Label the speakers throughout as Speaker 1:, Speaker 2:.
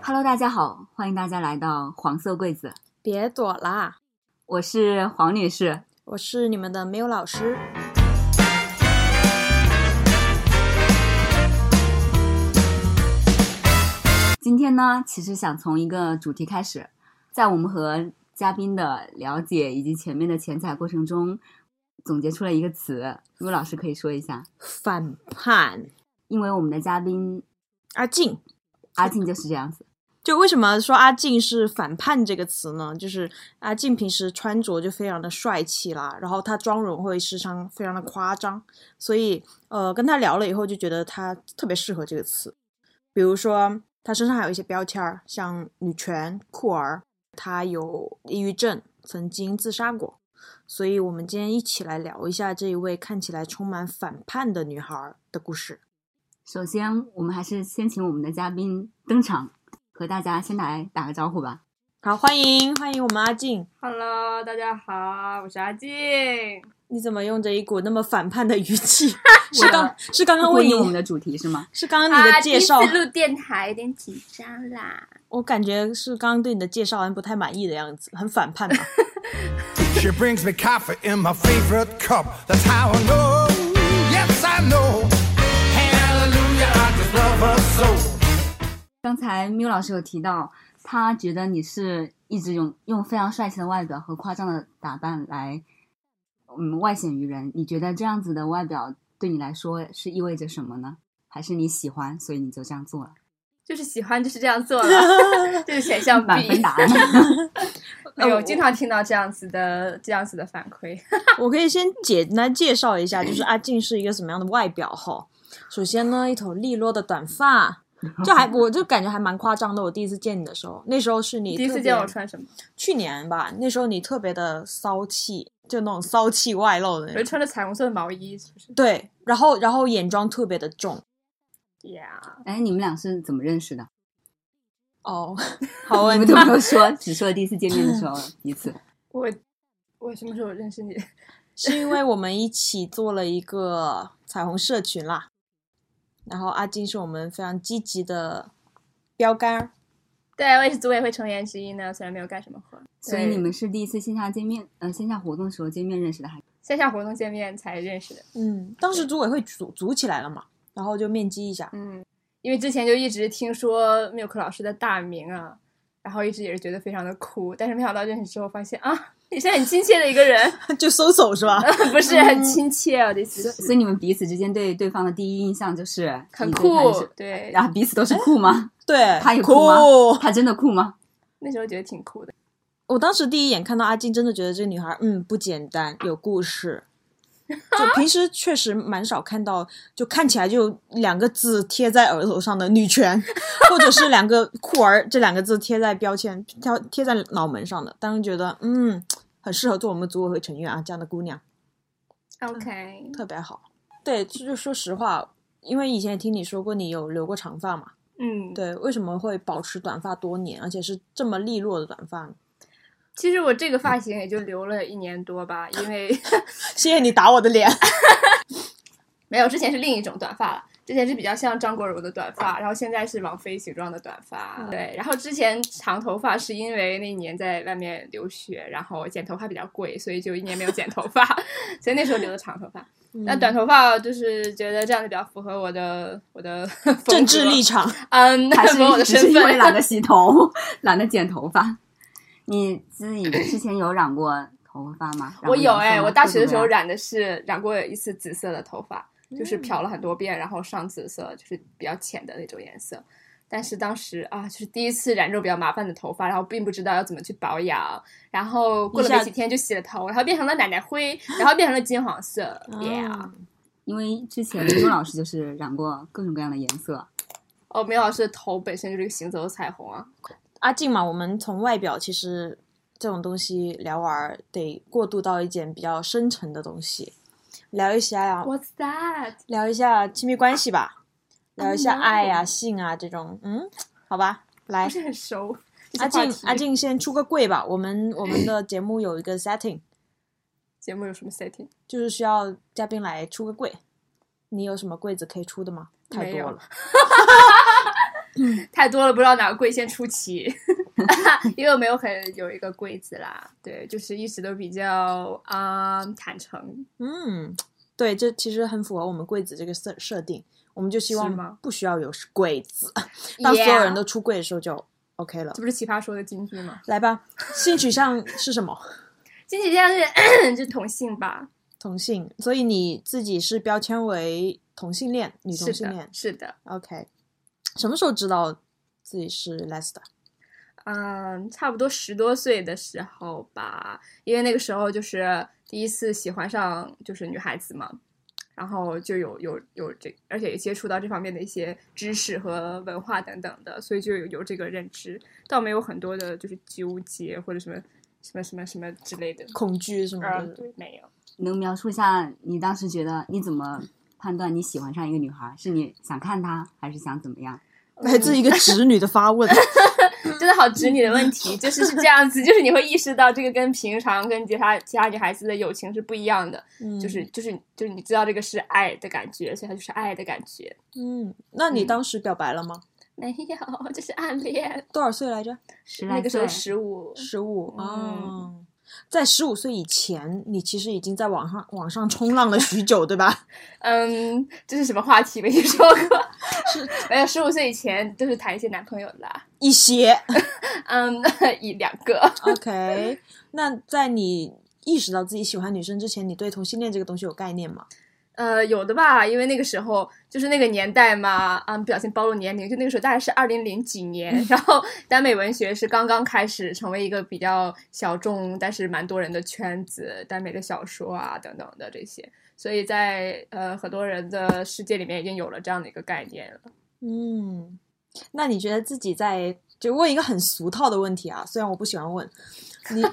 Speaker 1: Hello，大家好，欢迎大家来到黄色柜子，
Speaker 2: 别躲啦！
Speaker 1: 我是黄女士。
Speaker 2: 我是你们的 Miu 老师。
Speaker 1: 今天呢，其实想从一个主题开始，在我们和嘉宾的了解以及前面的前采过程中，总结出了一个词，Miu 老师可以说一下，
Speaker 2: 反叛
Speaker 1: 因为我们的嘉宾
Speaker 2: 阿静，
Speaker 1: 阿静就是这样子。
Speaker 2: 就为什么说阿静是反叛这个词呢？就是阿静平时穿着就非常的帅气啦，然后她妆容会时常非常的夸张，所以呃，跟她聊了以后就觉得她特别适合这个词。比如说，她身上还有一些标签儿，像女权、酷儿，她有抑郁症，曾经自杀过。所以，我们今天一起来聊一下这一位看起来充满反叛的女孩儿的故事。
Speaker 1: 首先，我们还是先请我们的嘉宾登场，和大家先来打个招呼吧。
Speaker 2: 好，欢迎欢迎我们阿静。
Speaker 3: Hello，大家好，我是阿静。
Speaker 2: 你怎么用着一股那么反叛的语气？
Speaker 1: 我
Speaker 2: 是刚是刚刚
Speaker 1: 回
Speaker 2: 为
Speaker 1: 应我们
Speaker 2: 你，
Speaker 1: 的主题是吗？
Speaker 2: 是刚刚你的介绍
Speaker 3: 啊、第，一次录电台有点紧张啦。
Speaker 2: 我感觉是刚刚对你的介绍好像不太满意的样子，很反叛嘛。
Speaker 4: She brings me coffee in my favorite cup. That's how I know. Yes, I know. Hallelujah, I just love her so.
Speaker 1: 刚才缪老师有提到，他觉得你是一直用用非常帅气的外表和夸张的打扮来，嗯，外显于人。你觉得这样子的外表对你来说是意味着什么呢？还是你喜欢，所以你就这样做了？
Speaker 3: 就是喜欢，就是这样 做了，这是选项
Speaker 1: 满
Speaker 3: B
Speaker 1: 分。答案。
Speaker 3: 哎呦，我经常听到这样子的、这样子的反馈。
Speaker 2: 我可以先简单介绍一下，就是阿静是一个什么样的外表哈。首先呢，一头利落的短发，就还我就感觉还蛮夸张的。我第一次见你的时候，那时候是你
Speaker 3: 第一
Speaker 2: 特
Speaker 3: 次
Speaker 2: 别
Speaker 3: 见我穿什么？
Speaker 2: 去年吧，那时候你特别的骚气，就那种骚气外露的那
Speaker 3: 我是
Speaker 2: 种。
Speaker 3: 穿着彩虹色的毛衣，是不是
Speaker 2: 对，然后然后眼妆特别的重，
Speaker 3: ？Yeah，
Speaker 1: 哎，你们俩是怎么认识的？
Speaker 2: 哦，好问
Speaker 1: 你们都没有说，只说第一次见面的 时候一次。
Speaker 3: 我我什么时候认识你？
Speaker 2: 是因为我们一起做了一个彩虹社群啦，然后阿金是我们非常积极的标杆儿，
Speaker 3: 对，我也是组委会成员之一呢，虽然没有干什么活。
Speaker 1: 所以你们是第一次线下见面，呃，线下活动的时候见面认识的，还是
Speaker 3: 线下活动见面才认识的。
Speaker 2: 嗯，当时组委会组组起来了嘛，然后就面基一下，
Speaker 3: 嗯，因为之前就一直听说 Milk 老师的大名啊，然后一直也是觉得非常的酷，但是没想到认识之后发现啊，也是很亲切的一个人，
Speaker 2: 就搜 手是吧？
Speaker 3: 不是很亲切啊，我的意思
Speaker 1: 嗯所
Speaker 3: 是
Speaker 1: 以你们彼此之间对对方的第一印象就是
Speaker 3: 很
Speaker 1: 你对
Speaker 3: 酷
Speaker 1: 他是，
Speaker 3: 对，
Speaker 1: 然后彼此都是酷吗？
Speaker 2: 对，
Speaker 1: 他有哭吗
Speaker 2: 酷。
Speaker 1: 他真的酷吗？
Speaker 3: 那时候觉得挺酷的，
Speaker 2: 我当时第一眼看到阿金，真的觉得这个女孩，嗯，不简单，有故事。就平时确实蛮少看到，就看起来就两个字贴在额头上的女权，或者是两个酷儿这两个字贴在标签、贴贴在脑门上的。当时觉得，嗯，很适合做我们组委会成员啊，这样的姑娘
Speaker 1: 嗯
Speaker 3: OK，
Speaker 2: 特别好。对，就就说实话，因为以前也听你说过你有留过长发嘛，
Speaker 3: 嗯，
Speaker 2: 对，为什么会保持短发多年，而且是这么利落的短发呢？
Speaker 3: 其实我这个发型也就留了一年多吧，因为
Speaker 2: 谢谢你打我的脸。
Speaker 3: 没有之前是另一种短发了，之前是比较像张国荣的短发，然后现在是王菲形状的短发，
Speaker 2: 嗯
Speaker 3: 对，然后之前长头发是因为那一年在外面留学，然后剪头发比较贵，所以就一年没有剪头发， 所以那时候留的长头发。
Speaker 1: 嗯
Speaker 3: 那短头发就是觉得这样子比较符合我的我的 风格
Speaker 2: 政治立，场。
Speaker 3: 嗯，
Speaker 1: 还是
Speaker 3: 符合我的
Speaker 1: 只是
Speaker 3: 身
Speaker 1: 因为
Speaker 3: 份。
Speaker 1: 懒得洗头，懒得剪头发？ 你自己之前有染过头发吗？染过
Speaker 3: 我有
Speaker 1: 颜色
Speaker 3: 哎，
Speaker 1: 吗
Speaker 3: 我大学的时候
Speaker 1: 会不会啊
Speaker 3: 染的是染过一次紫色的头发，
Speaker 2: 嗯
Speaker 3: 就是漂了很多遍，然后上紫色，就是比较浅的那种颜色。但是当时啊，就是第一次染这种比较麻烦的头发，然后并不知道要怎么去保养，然后过了
Speaker 2: 一下
Speaker 3: 没几天就洗了头，然后变成了奶奶灰，然后变成了金 黄色。yeah，
Speaker 2: 啊
Speaker 1: 因为之前钟老师就是染过各种各样的颜色，
Speaker 3: 哦，梅老师的头本身就是一个行走的彩虹啊，
Speaker 2: 阿静嘛，我们从外表其实这种东西聊完儿，得过渡到一件比较深沉的东西，聊一下
Speaker 3: What's that？
Speaker 2: 聊一下亲密关系吧，聊一下
Speaker 3: Oh no
Speaker 2: 爱呀、性啊这种，嗯，好吧，来
Speaker 3: 不，是很熟。
Speaker 2: 阿
Speaker 3: 这些话
Speaker 2: 静
Speaker 3: 题
Speaker 2: 阿，静先出个柜吧，我们我们 的节目有一个 setting，
Speaker 3: 节目有什么 setting？
Speaker 2: 就是需要嘉宾来出个柜，你有什么柜子可以出的吗？太
Speaker 3: 没
Speaker 2: 多
Speaker 3: 有
Speaker 2: 了，
Speaker 3: 太多了，不知道哪个贵先出 齐， 因为我没有很有一个贵字啦。对，就是一直都比较啊、坦诚，
Speaker 2: 嗯，对，这其实很符合我们柜子这个设设定，我们就希
Speaker 3: 是吗
Speaker 2: 望不需要有柜子，当所有人都
Speaker 3: Yeah
Speaker 2: 出柜的时候就 OK 了
Speaker 3: 这。不是奇葩说的金句吗？
Speaker 2: 来吧，性取向是什么？
Speaker 3: 金曲像是 就同性吧，
Speaker 2: 同性，所以你自己是标签为同性恋，女同
Speaker 3: 是
Speaker 2: 性
Speaker 3: 的
Speaker 2: 恋，。
Speaker 3: 是的，
Speaker 2: OK，什么时候知道自己是 les 的？
Speaker 3: 嗯，差不多十多岁的时候吧，因为那个时候就是第一次喜欢上就是女孩子嘛，然后就有有有这，而且也接触到这方面的一些知识和文化等等的，所以就有有这个认知，倒没有很多的就是纠结或者什么什么什么什么之类的。
Speaker 2: 恐惧什么
Speaker 3: 呃，
Speaker 2: 的？
Speaker 3: 对，没有。
Speaker 1: 能描述一下你当时觉得你怎么判断你喜欢上一个女孩？是你想看她，还是想怎么样？
Speaker 2: 来自一个直女的发 问。
Speaker 3: 真的好直女的问题，就是是这样子，就是你会意识到这个跟平常跟其他其他女孩子的友情是不一样的，
Speaker 2: 嗯
Speaker 3: 就是就是就是你知道这个是爱的感觉，所以它就是爱的感觉。
Speaker 2: 嗯，那你
Speaker 3: 嗯
Speaker 2: 当时表白了吗？
Speaker 3: 没有，这是暗恋，
Speaker 2: 多少岁来着？
Speaker 1: 十来
Speaker 3: 那个时候
Speaker 1: 岁
Speaker 3: 十五，
Speaker 2: 十五
Speaker 3: 嗯
Speaker 2: 哦，在十五岁以前，你其实已经在网上网上冲浪了许久，对吧？
Speaker 3: 嗯，这是什么话题没听说过？
Speaker 2: 是
Speaker 3: 没有，十五岁以前都是谈一些男朋友的啦，
Speaker 2: 一些。
Speaker 3: 嗯， 一两个，
Speaker 2: OK，那 在你意识到自己喜欢女生之前，你对同性恋这个东西有概念吗？
Speaker 3: 呃，有的吧，因为那个时候就是那个年代嘛，嗯，不小心暴露年龄，就那个时候大概是二零零几年，然后耽美文学是刚刚开始成为一个比较小众，但是蛮多人的圈子，耽美的小说啊等等的这些，所以在呃很多人的世界里面已经有了这样的一个概念了。
Speaker 2: 嗯，那你觉得自己在就问一个很俗套的问题啊？虽然我不喜欢问，你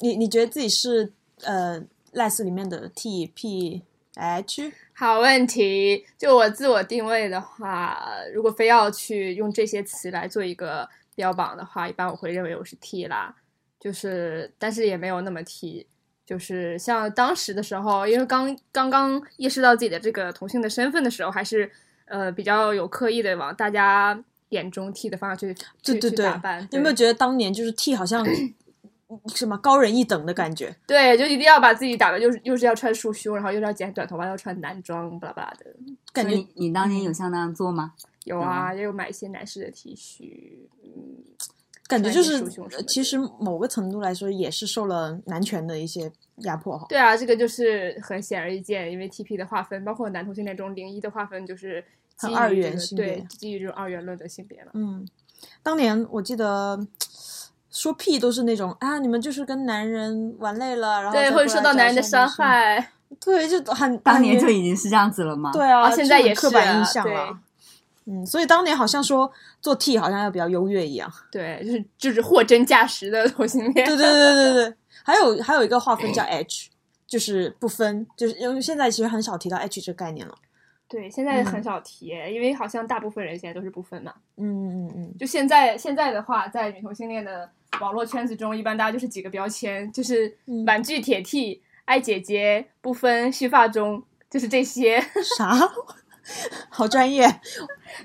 Speaker 2: 你你觉得自己是呃 less 里面的 T P H？
Speaker 3: 好问题，就我自我定位的话，呃如果非要去用这些词来做一个标榜的话，一般我会认为我是 T 啦，就是但是也没有那么 T，就是像当时的时候，因为刚刚刚意识到自己的这个同性的身份的时候，还是呃比较有刻意的往大家眼中 T 的方向去
Speaker 2: 对
Speaker 3: 去
Speaker 2: 对
Speaker 3: 去
Speaker 2: 对
Speaker 3: 打扮，
Speaker 2: 有没有
Speaker 3: 对
Speaker 2: 觉得当年就是 T 好像 什么高人一等的感觉？
Speaker 3: 对，就一定要把自己打扮，又是又是要穿束胸，然后又是要剪短头发，要穿男装，巴拉巴拉的。
Speaker 2: 感
Speaker 1: 所以
Speaker 2: 觉嗯
Speaker 1: 你你当年有像那样做吗？
Speaker 3: 有
Speaker 1: 有
Speaker 3: 啊，
Speaker 1: 吗
Speaker 3: 也有买一些男士的 T 恤，嗯，
Speaker 2: 感觉就
Speaker 3: 穿
Speaker 2: 是
Speaker 3: 一些束胸什么
Speaker 2: 呃
Speaker 3: 的
Speaker 2: 其实某个程度来说也是受了男权的一些压迫哈。
Speaker 3: 对啊，这个就是很显而易见，因为 TP 的划分，包括男同性恋中零一的划分，就是
Speaker 2: 很
Speaker 3: 基于
Speaker 2: 二
Speaker 3: 这
Speaker 2: 元
Speaker 3: 个
Speaker 2: 性
Speaker 3: 对
Speaker 2: 别，
Speaker 3: 基于这种二元论的性别了。
Speaker 2: 嗯，当年我记得说屁都是那种啊，你们就是跟男人玩累了，然后
Speaker 3: 对，
Speaker 2: 再
Speaker 3: 会
Speaker 2: 过
Speaker 3: 受
Speaker 2: 来
Speaker 3: 到
Speaker 2: 找
Speaker 3: 男人的
Speaker 2: 一下
Speaker 3: 伤
Speaker 2: 女生，
Speaker 3: 害，
Speaker 2: 对，就很
Speaker 1: 当年
Speaker 2: 很
Speaker 1: 就已经是这样子了吗？
Speaker 2: 对啊，
Speaker 3: 啊现在
Speaker 2: 就很
Speaker 3: 也
Speaker 2: 刻
Speaker 3: 是
Speaker 2: 板印
Speaker 3: 啊
Speaker 2: 象
Speaker 3: 对
Speaker 2: 了。嗯，所以当年好像说做 T 好像要比较优越一样。
Speaker 3: 对，就是就是货真价实的同性恋。
Speaker 2: 对对对对对，还有还有一个划分叫 H，就是不分，就是因为现在其实很少提到 H 这个概念了。
Speaker 3: 对，现在很
Speaker 2: 嗯
Speaker 3: 少提，因为好像大部分人现在都是不分嘛。
Speaker 2: 嗯嗯嗯，
Speaker 3: 就现在现在的话，在女同性恋的网络圈子中，一般大家就是几个标签，就是
Speaker 2: 嗯
Speaker 3: 玩具铁 T、爱姐姐、不分、蓄发中，就是这些。
Speaker 2: 啥？好专业！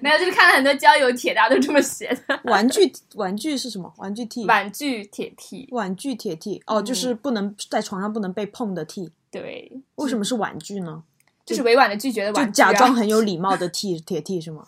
Speaker 3: 没有，就是看了很多交友帖，大家都这么写的。
Speaker 2: 玩具玩具是什么？玩具 T，
Speaker 3: 玩具铁 T，
Speaker 2: 玩具铁 T
Speaker 3: 嗯
Speaker 2: 哦，就是不能在床上不能被碰的 T。
Speaker 3: 对，
Speaker 2: 为什么是玩具呢？
Speaker 3: 就是委婉的拒绝的
Speaker 2: 就
Speaker 3: 玩具、啊。
Speaker 2: 假装很有礼貌的 T 铁 T 是吗？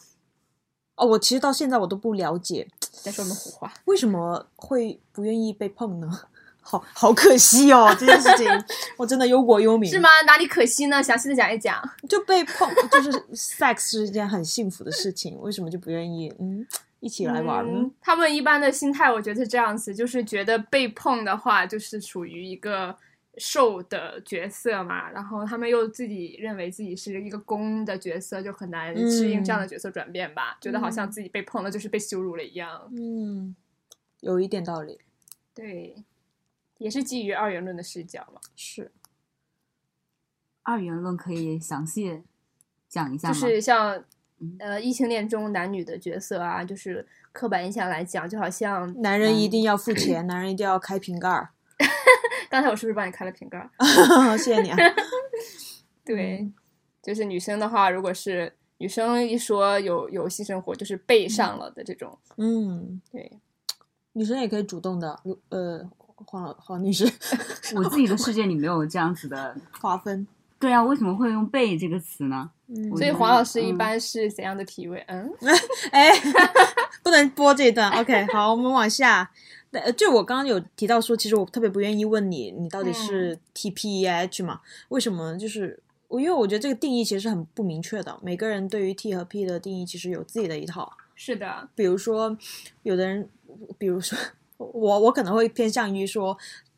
Speaker 2: 哦，我其实到现在我都不了解
Speaker 3: 在说我们胡话。
Speaker 2: 为什么会不愿意被碰呢？ 好好可惜哦，这件事情我真的忧国忧民。
Speaker 3: 是吗？？哪里可惜呢？详细的讲一讲。
Speaker 2: 就被碰， 就是 sex 是一件很幸福的事情，为什么就不愿意嗯一起来玩呢？
Speaker 3: 嗯他们一般的心态，我觉得是这样子，就是觉得被碰的话，就是属于一个受的角色嘛，然后他们又自己认为自己是一个攻的角色，就很难
Speaker 2: 嗯
Speaker 3: 适应这样的角色转变吧，觉得好像
Speaker 2: 嗯
Speaker 3: 自己被碰了就是被羞辱了一样。
Speaker 2: 嗯，有一点道理，
Speaker 3: 对，也是基于二元论的视角嘛，
Speaker 2: 是
Speaker 1: 二元论可以详细讲一下吗？
Speaker 3: 就是像
Speaker 1: 嗯
Speaker 3: 呃异性恋中男女的角色啊，就是刻板印象来讲，就好像
Speaker 2: 男人一定要付钱，男人一定要开瓶盖儿，
Speaker 3: 刚才我是不是帮你开了瓶盖儿？
Speaker 2: 谢谢你啊。
Speaker 3: 对，就是女生的话，如果是女生一说有有性生活，就是被上了的这种。
Speaker 2: 嗯，
Speaker 3: 对，
Speaker 2: 女生也可以主动的，如呃，黄老黄女士
Speaker 1: 我自己的世界里没有这样子的。
Speaker 2: 划分，
Speaker 1: 对啊，为什么会用“被”这个词呢？
Speaker 2: 嗯
Speaker 1: 我
Speaker 3: 所以
Speaker 1: 觉得
Speaker 3: 黄老师一
Speaker 1: 嗯
Speaker 3: 般是怎样的体位？嗯，
Speaker 2: 哎， 不能播这一段。OK，好，我们往下。呃，就我刚刚有提到说，其实我特别不愿意问你，你
Speaker 3: 嗯
Speaker 2: 到底是 E TPEH 嘛？为什么？就是我因为我觉得这个定义其实很不明确的，每个人对于 T 和 P 的定义其实有自己的一套。
Speaker 3: 是的，
Speaker 2: 比如说，有的人，比如说我，我可能会偏向于说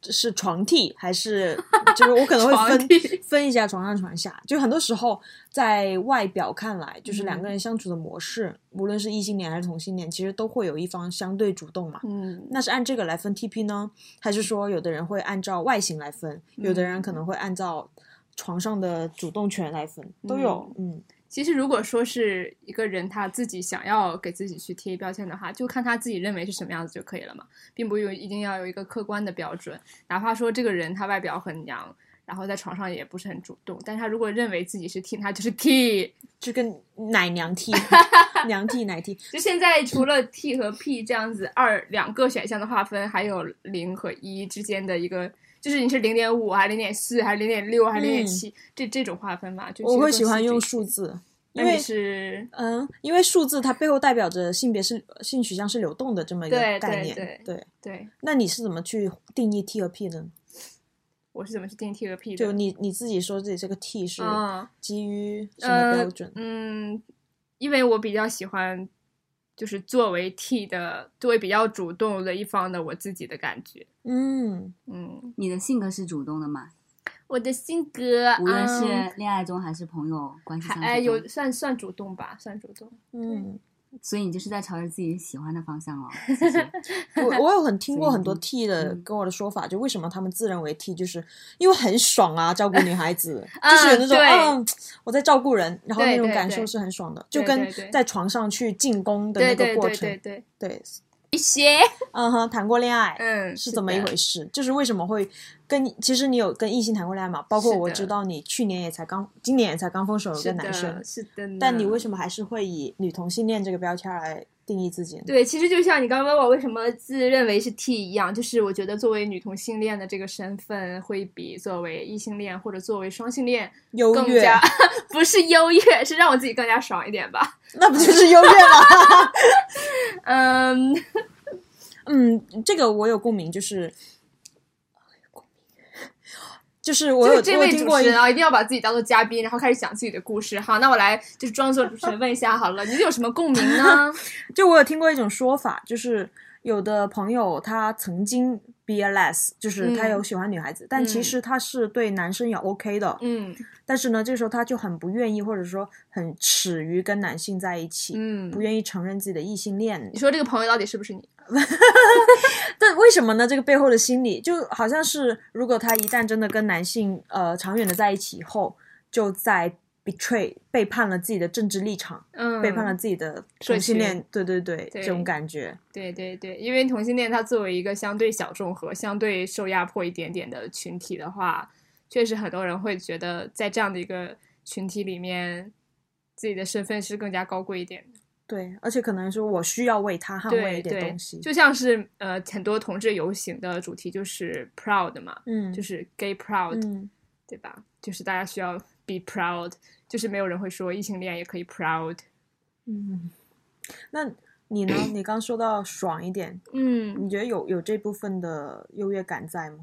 Speaker 2: 是床替，还是就是我可能会
Speaker 3: 床
Speaker 2: 分
Speaker 3: 替
Speaker 2: 分一下床上床下。就很多时候，在外表看来，就是两
Speaker 3: 嗯
Speaker 2: 个人相处的模式，无论是异性恋还是同性恋，其实都会有一方相对主动嘛。
Speaker 3: 嗯，
Speaker 2: 那是按这个来分 TP 呢，还是说有的人会按照外形来分，有的人可
Speaker 3: 嗯
Speaker 2: 能会按照床上的主动权来分，都有。嗯
Speaker 3: 其实如果说是一个人他自己想要给自己去贴标签的话，就看他自己认为是什么样子就可以了嘛，并不用一定要有一个客观的标准。哪怕说这个人他外表很娘，然后在床上也不是很主动，但是他如果认为自己是 T，他就是 T。
Speaker 2: 就跟奶娘 替、 娘替、奶替，
Speaker 3: 就现在除了 T 和 P 这样子二两个选项的划分，还有零和一之间的一个。就是你是零点五啊还是零点四还是零点六啊还是零点七这这种划分嘛？就
Speaker 2: 嗯我会喜欢用
Speaker 3: 数，
Speaker 2: 数字，
Speaker 3: 那
Speaker 2: 因为
Speaker 3: 你是
Speaker 2: 嗯，因为数字它背后代表着性别是性取向是流动的这么一个
Speaker 3: 对
Speaker 2: 概
Speaker 3: 对
Speaker 2: 念。
Speaker 3: 对对，
Speaker 2: 那你是怎么去定义 T 和 P 呢？
Speaker 3: 我是怎么去定 T 和 P 的？
Speaker 2: 就你你自己说自己这个 T 是
Speaker 3: 嗯
Speaker 2: 基于什么
Speaker 3: 呃
Speaker 2: 标准？
Speaker 3: 嗯，因为我比较喜欢，就是作为 T 的，作为比较主动的一方的我自己的感觉。
Speaker 2: 嗯，
Speaker 3: 嗯，
Speaker 1: 你的性格是主动的嘛？
Speaker 3: 我的性格
Speaker 1: 无论
Speaker 3: 嗯
Speaker 1: 是恋爱中还是朋友关系
Speaker 3: 还
Speaker 1: 相
Speaker 3: 哎
Speaker 1: 处
Speaker 3: 有
Speaker 1: 中，
Speaker 3: 算算主动吧，算主动。
Speaker 2: 嗯，
Speaker 1: 所以你就是在朝着自己喜欢的方向了。其实
Speaker 2: 我我有 很听过很多
Speaker 1: 所
Speaker 2: T 的
Speaker 1: 嗯
Speaker 2: 跟我的说法，就为什么他们自认为 T，就是因为很爽啊，照顾女孩子，
Speaker 3: 啊
Speaker 2: 就是有那种
Speaker 3: 对
Speaker 2: 嗯，我在照顾人，然后那
Speaker 3: 对
Speaker 2: 种
Speaker 3: 对
Speaker 2: 感
Speaker 3: 对
Speaker 2: 受是很爽的，
Speaker 3: 对
Speaker 2: 就跟
Speaker 3: 对对
Speaker 2: 在床上去进攻的那
Speaker 3: 对
Speaker 2: 个
Speaker 3: 对
Speaker 2: 过
Speaker 3: 对对
Speaker 2: 程，
Speaker 3: 对，
Speaker 2: 对，
Speaker 3: 一些
Speaker 2: 嗯哼，谈过恋爱，
Speaker 3: 嗯
Speaker 2: 是怎么一
Speaker 3: 的
Speaker 2: 回事？就是为什么会跟其实你有跟异性谈过恋爱嘛？包括
Speaker 3: 是
Speaker 2: 我
Speaker 3: 的
Speaker 2: 知道你去年也才刚，今年也才刚分手一
Speaker 3: 是
Speaker 2: 个男
Speaker 3: 的嗯
Speaker 2: 生，
Speaker 3: 是的呢。
Speaker 2: 但你为什么还是会以女同性恋这个标签来定义自己呢？
Speaker 3: 对，其实就像你刚刚问我为什么自认为是 T 一样，就是我觉得作为女同性恋的这个身份，会比作为异性恋或者作为双性恋
Speaker 2: 优
Speaker 3: 更
Speaker 2: 越
Speaker 3: 加， 不是优越，是让我自己更加爽一点吧。
Speaker 2: 那不就是优越吗？
Speaker 3: 嗯，
Speaker 2: 嗯，这个我有共鸣，就是哎共鸣 就是我有我
Speaker 3: 就是这位
Speaker 2: 有听
Speaker 3: 主
Speaker 2: 过
Speaker 3: 持
Speaker 2: 一
Speaker 3: 人啊，一定要把自己当做嘉宾，然后开始讲自己的故事。好，那我来就是装作主持人问一下好了，你有什么共鸣呢？
Speaker 2: 就我有听过一种说法，就是有的朋友他曾经 BLS，就是他
Speaker 3: 嗯
Speaker 2: 有喜欢女孩子，但其
Speaker 3: 嗯
Speaker 2: 实他是对男生也 OK 的，
Speaker 3: 嗯
Speaker 2: 但是呢，这个时候他就很不愿意，或者说很耻于跟男性在一起，不
Speaker 3: 嗯，
Speaker 2: 愿意承认自己的异性恋
Speaker 3: 你。说这个朋友到底是不是你？
Speaker 2: 但为什么呢？这个背后的心理就好像是，如果他一旦真的跟男性呃长远的在一起以后，就在 betray 背叛了自己的政治立场，
Speaker 3: 嗯，
Speaker 2: 背叛了自己的
Speaker 3: 社
Speaker 2: 同性
Speaker 3: 群
Speaker 2: 恋，对对对，这
Speaker 3: 对
Speaker 2: 种感觉。
Speaker 3: 对对对，因为同性恋它作为一个相对小众和相对受压迫一点点的群体的话，确实很多人会觉得在这样的一个群体里面，自己的身份是更加高贵一点的。
Speaker 2: 对，而且可能说我需要为他捍卫
Speaker 3: 对
Speaker 2: 一点
Speaker 3: 对
Speaker 2: 东西，，
Speaker 3: 就像是呃很多同志游行的主题就是 proud 嘛，
Speaker 2: 嗯，
Speaker 3: 就是 gay proud，、
Speaker 2: 嗯，
Speaker 3: 对吧？就是大家需要 be proud，就是没有人会说异性恋也可以 proud。
Speaker 2: 嗯，那你呢？你刚说到爽一点，
Speaker 3: 嗯，
Speaker 2: 你觉得有有这部分的优越感在吗？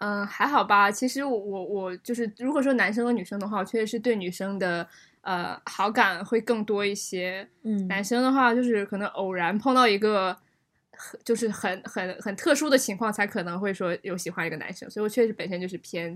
Speaker 3: 嗯，还好吧。其实我我我就是，如果说男生和女生的话，我确实是对女生的呃好感会更多一些。
Speaker 2: 嗯
Speaker 3: 男生的话，就是可能偶然碰到一个很就是很很很特殊的情况，才可能会说有喜欢一个男生。所以我确实本身就是偏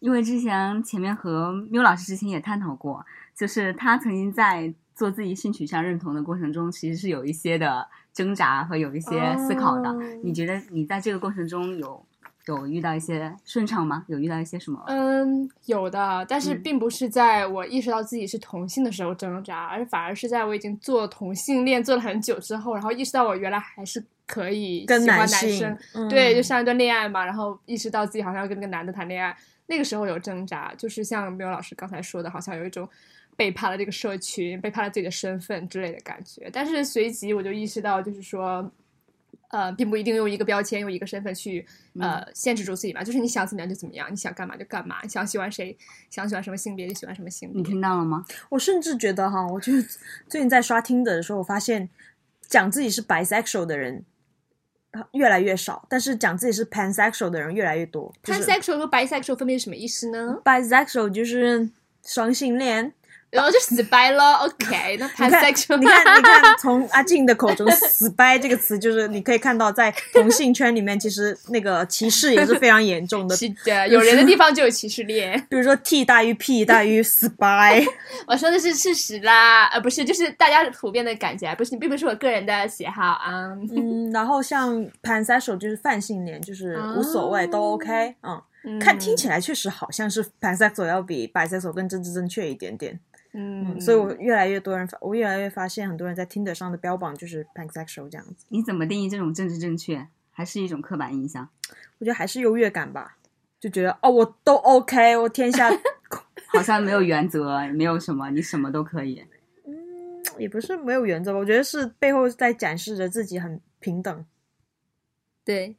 Speaker 1: 因为之前前面和缪老师之前也探讨过，就是他曾经在做自己性取向认同的过程中，其实是有一些的挣扎和有一些思考的。
Speaker 3: 哦
Speaker 1: 你觉得你在这个过程中有有遇到一些顺畅吗？有遇到一些什么？
Speaker 3: 嗯有的，但是
Speaker 1: 嗯
Speaker 3: 并不是在我意识到自己是同性的时候挣扎，而反而是在我已经做同性恋做了很久之后，然后意识到我原来还是可以
Speaker 2: 跟
Speaker 3: 喜欢
Speaker 2: 性
Speaker 3: 生。，
Speaker 2: 嗯
Speaker 3: 对，就上一段恋爱嘛，然后意识到自己好像要跟个男的谈恋爱，那个时候有挣扎，就是像苗老师刚才说的，好像有一种背叛了这个社群，背叛了自己的身份之类的感觉。但是随即我就意识到，就是说，呃，并不一定用一个标签、用一个身份去呃
Speaker 2: 嗯
Speaker 3: 限制住自己吧。就是你想怎么样就怎么样，你想干嘛就干嘛，你想喜欢谁，想喜欢什么性别就喜欢什么性
Speaker 2: 嗯
Speaker 1: 你
Speaker 3: 别。
Speaker 1: 听到了吗？
Speaker 2: 我甚至觉得哈，我就是最近在刷听的时候，我发现讲自己是 bisexual 的人啊越来越少，但是讲自己是 pansexual 的人越来越多。就是、
Speaker 3: pansexual 和 bisexual 分别是什么意思呢？
Speaker 2: bisexual 就是双性恋。
Speaker 3: 然后就死掰了，OK。那
Speaker 2: 你看，
Speaker 3: pansexual，
Speaker 2: 你看，你看，从阿静的口中“死掰”这个词，就是你可以看到，在同性圈里面，其实那个歧视也是非常严重的。
Speaker 3: 是的，有人的地方就有歧视链。
Speaker 2: 比如说 T 大于 P 大于死 掰，
Speaker 3: 我说的是事实啦，呃，不是，就是大家普遍的感觉，不是，并不是我个人的喜好啊。
Speaker 2: 嗯，然后像 pansexual 就是泛性恋，就是无所谓、
Speaker 3: 啊
Speaker 2: 都 OK，嗯。看听起来确实好像是 pansexual 要比 bisexual 更政治正确一点点，
Speaker 3: 嗯，
Speaker 2: 所以我越来越多人发，我越来越发现很多人在 Tinder 上的标榜就是 pansexual 这样子，
Speaker 1: 你怎么定义这种政治正确？还是一种刻板印象？
Speaker 2: 我觉得还是优越感吧，就觉得哦我都 OK，我天下
Speaker 1: 好像没有原则，没有什么，你什么都可以。
Speaker 2: 也不是没有原则吧，我觉得是背后在展示着自己很平等。
Speaker 3: 对，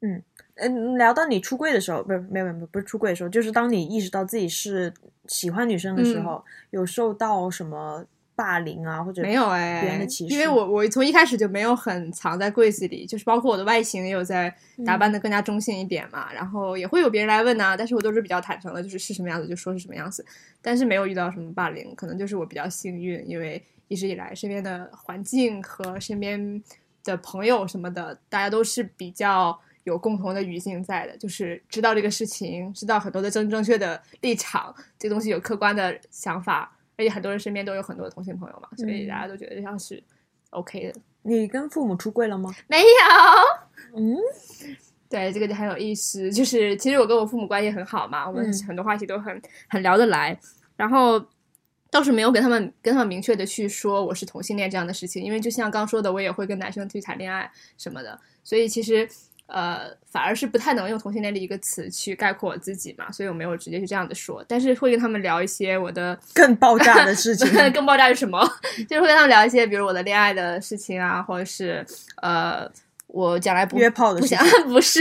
Speaker 2: 嗯，聊到你出柜的时候，不是没有没有不是出柜的时候，就是当你意识到自己是喜欢女生的
Speaker 3: 嗯
Speaker 2: 时候，有受到什么霸凌啊，或者
Speaker 3: 没有哎、
Speaker 2: 别人的歧视，
Speaker 3: 因为我我从一开始就没有很藏在柜子里，就是包括我的外形也有在打
Speaker 2: 嗯
Speaker 3: 扮的更加中性一点嘛，然后也会有别人来问呐、但是我都是比较坦诚的，就是是什么样子就说是什么样子，但是没有遇到什么霸凌，可能就是我比较幸运，因为一直以来身边的环境和身边的朋友什么的，大家都是比较。有共同的语境在的，就是知道这个事情，知道很多的正正确的立场，这东西有客观的想法，而且很多人身边都有很多同性朋友嘛，所以大家都觉得这样是 OK 的。
Speaker 2: 你跟父母出柜了吗？
Speaker 3: 没有，
Speaker 2: 嗯，
Speaker 3: 对，这个就很有意思。就是其实我跟我父母关系很好嘛，我们
Speaker 2: 嗯
Speaker 3: 很多话题都很很聊得来，然后倒是没有跟他们跟他们明确的去说我是同性恋这样的事情，因为就像刚说的，我也会跟男生去谈恋爱什么的，所以其实。呃，反而是不太能用同性恋这一个词去概括我自己嘛，所以我没有直接去这样的说，但是会跟他们聊一些我的
Speaker 2: 更爆炸的 事情，
Speaker 3: 更爆炸是什么？就是会跟他们聊一些，比如我的恋爱的事情啊，或者是呃，我将来不
Speaker 2: 约炮的
Speaker 3: 不
Speaker 2: 事情
Speaker 3: 想 不是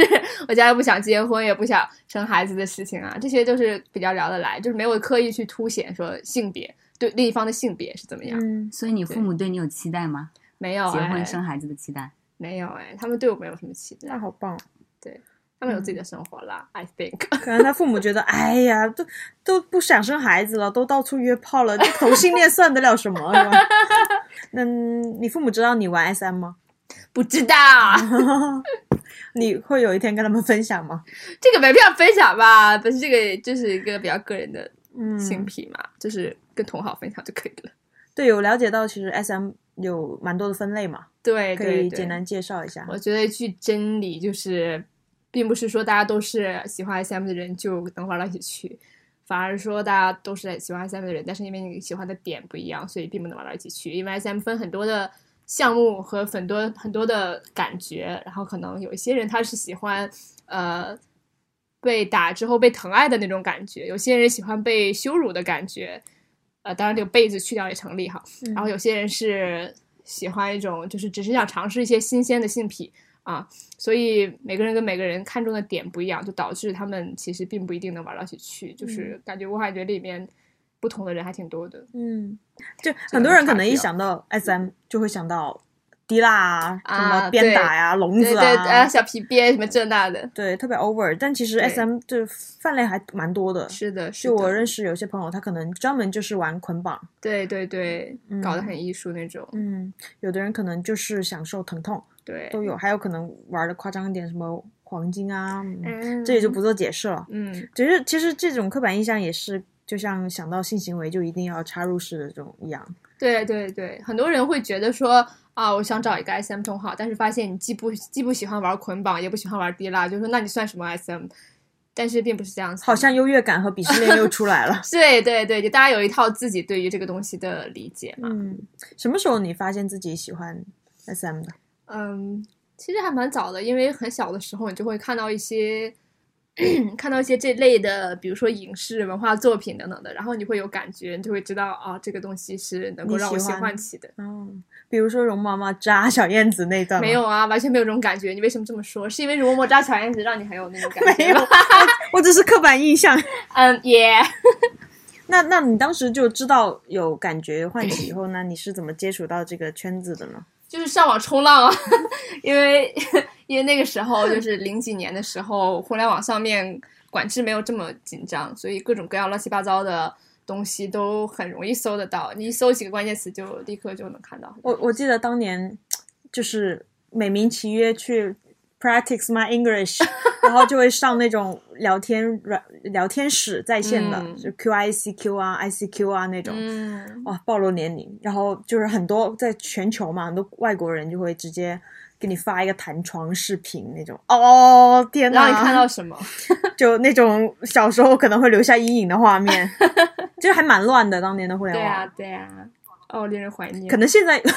Speaker 3: 我将来不想结婚，也不想生孩子的事情啊，这些都是比较聊得来，就是没有刻意去凸显说性别对另一方的性别是怎么样，
Speaker 2: 嗯，
Speaker 1: 所以你父母对你哦有期待吗？
Speaker 3: 没有
Speaker 1: 结
Speaker 3: 哎
Speaker 1: 婚生孩子的期待？
Speaker 3: 没有哎，他们对我没有什么期待
Speaker 2: 那，好棒。
Speaker 3: 他们有
Speaker 2: 嗯
Speaker 3: 自己的生活啦、i think
Speaker 2: 可能他父母觉得，哎呀，都都不想生孩子了，都到处约炮了，这同性恋算得了什么？是吧 那嗯你父母知道你玩 SM 吗？
Speaker 3: 不知道
Speaker 2: 嗯 你会有一天跟他们分享吗？
Speaker 3: 这个没必要分享吧，不是这个就是一个比较个人的
Speaker 2: 嗯，
Speaker 3: 性癖嘛，就是跟同好分享就可以了。
Speaker 2: 对，有了解到其实 SM 有蛮多的分类嘛，
Speaker 3: 对，
Speaker 2: 可
Speaker 3: 对
Speaker 2: 以
Speaker 3: 对
Speaker 2: 简单介绍一下。
Speaker 3: 我觉得一句真理就是，并不是说大家都是喜欢 SM 的人就能玩到一起去，反而说大家都是喜欢 SM 的人，但是因为你喜欢的点不一样，所以并不能玩到一起去。因为 SM 分很多的项目和很多很多的感觉，然后可能有一些人他是喜欢呃被打之后被疼爱的那种感觉，有些人喜欢被羞辱的感觉。呃，当然这个“被”字去掉也成立哈，
Speaker 2: 嗯
Speaker 3: 然后有些人是喜欢一种，就是只是想尝试一些新鲜的性癖啊，所以每个人跟每个人看重的点不一样，就导致他们其实并不一定能玩到一起去。
Speaker 2: 嗯
Speaker 3: 就是感觉我感觉里面不同的人还挺多的
Speaker 2: 嗯，就
Speaker 3: 个
Speaker 2: 很多人
Speaker 3: 差
Speaker 2: 可能一
Speaker 3: 别
Speaker 2: 想到 SM 就会想到滴蜡啊，什么
Speaker 3: 啊
Speaker 2: 鞭
Speaker 3: 对
Speaker 2: 打呀、笼
Speaker 3: 对
Speaker 2: 子
Speaker 3: 对
Speaker 2: 啊，
Speaker 3: 小皮鞭什么这那的，
Speaker 2: 对，特别 over。但其实
Speaker 3: 对
Speaker 2: SM 这范类还蛮多的，
Speaker 3: 是的，是
Speaker 2: 就我
Speaker 3: 的，
Speaker 2: 认识有些朋友，他可能专门就是玩捆绑，
Speaker 3: 对对对，搞得
Speaker 2: 嗯
Speaker 3: 很艺术那种，
Speaker 2: 嗯，有的人可能就是享受疼痛，
Speaker 3: 对，
Speaker 2: 都有，还有可能玩的夸张一点，什么黄金啊，嗯
Speaker 3: 嗯
Speaker 2: 这里就不做解释了。
Speaker 3: 嗯，
Speaker 2: 只是其实这种刻板印象也是，就像想到性行为就一定要插入式的这种一样，
Speaker 3: 对对对，很多人会觉得说啊，我想找一个 SM 同好，但是发现你既不既不喜欢玩捆绑，也不喜欢玩滴蜡，就说那你算什么 SM？但是并不是这样子的，。
Speaker 2: 好像优越感和鄙视链又出来了
Speaker 3: 对对对，就大家有一套自己对于这个东西的理解嘛。
Speaker 2: 嗯，什么时候你发现自己喜欢 SM 的？
Speaker 3: 嗯，其实还蛮早的，因为很小的时候你就会看到一些 看到一些这类的，比如说影视文化作品等等的，然后你会有感觉，你就会知道啊，这个东西是能够
Speaker 2: 你
Speaker 3: 让我
Speaker 2: 喜
Speaker 3: 喜
Speaker 2: 欢
Speaker 3: 欢起的。
Speaker 2: 嗯，比如说容妈妈扎小燕子那段吗
Speaker 3: 哦没有，啊，完全没有这种感觉。你为什么这么说？是因为《如果莫扎小燕子》让你很有那种感觉
Speaker 2: 没有
Speaker 3: 吗？
Speaker 2: 我只是刻板印象。
Speaker 3: 嗯，也、
Speaker 2: 那那你当时就知道有感觉唤起以后呢，你是怎么接触到这个圈子的呢？
Speaker 3: 就是上网冲浪啊，因为因为那个时候就是零几年的时候，互联网上面管制没有这么紧张，所以各种各样乱七八糟的东西都很容易搜得到。你一搜几个关键词，就立刻就能看到。
Speaker 2: 我我记得当年就是美名其曰去 practice my English，然后就会上那种聊天软聊天室在线的，
Speaker 3: 嗯
Speaker 2: 就 QICQ 啊、ICQ 啊那种。
Speaker 3: 嗯，
Speaker 2: 哇，暴露年龄，然后就是很多在全球嘛，很多外国人就会直接给你发一个弹窗视频那种，哦天哪！
Speaker 3: 嗯让你看到什么？
Speaker 2: 就那种小时候可能会留下阴影的画 面，就是还蛮乱的当年的互联
Speaker 3: 对
Speaker 2: 网。
Speaker 3: 啊，对啊，哦，令人怀念。
Speaker 2: 可能现在，可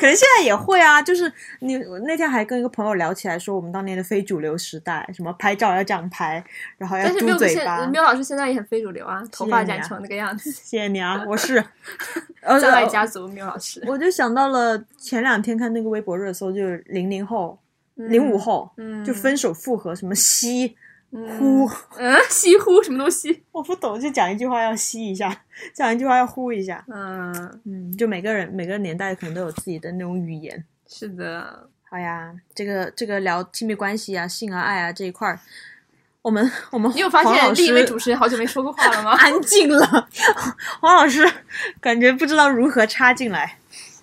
Speaker 2: 能现在也会啊。就是你我那天还跟一个朋友聊起来，说我们当年的非主流时代，什么拍照要这样拍，然后要
Speaker 3: 但是
Speaker 2: 嘟
Speaker 3: 缪
Speaker 2: 嘴
Speaker 3: 现
Speaker 2: 巴。
Speaker 3: 缪老师现在也很非主流啊，头发
Speaker 2: 谢谢你
Speaker 3: 染
Speaker 2: 啊
Speaker 3: 成那个样子，
Speaker 2: 谢谢你啊，我 是， 呃
Speaker 3: 在外家族缪老师，
Speaker 2: 我就想到了前两天看那个微博热搜，就是零零后、零五后，
Speaker 3: 嗯
Speaker 2: 就分手复合，什么吸
Speaker 3: 嗯
Speaker 2: 呼，
Speaker 3: 嗯， 西呼什么东西？
Speaker 2: 我不懂，就讲一句话要吸一下，讲一句话要呼一下。
Speaker 3: 嗯，
Speaker 2: 嗯，就每个人每个年代可能都有自己的那种语言。
Speaker 3: 是的，
Speaker 2: 好呀，这个这个聊亲密关系啊、性啊、爱啊这一块儿，我们我们
Speaker 3: 你有发
Speaker 2: 黄老
Speaker 3: 现
Speaker 2: 师
Speaker 3: 另一位主持人好久没说过话了 吗？
Speaker 2: 安静了， 黄老师感觉不知道如何插进来。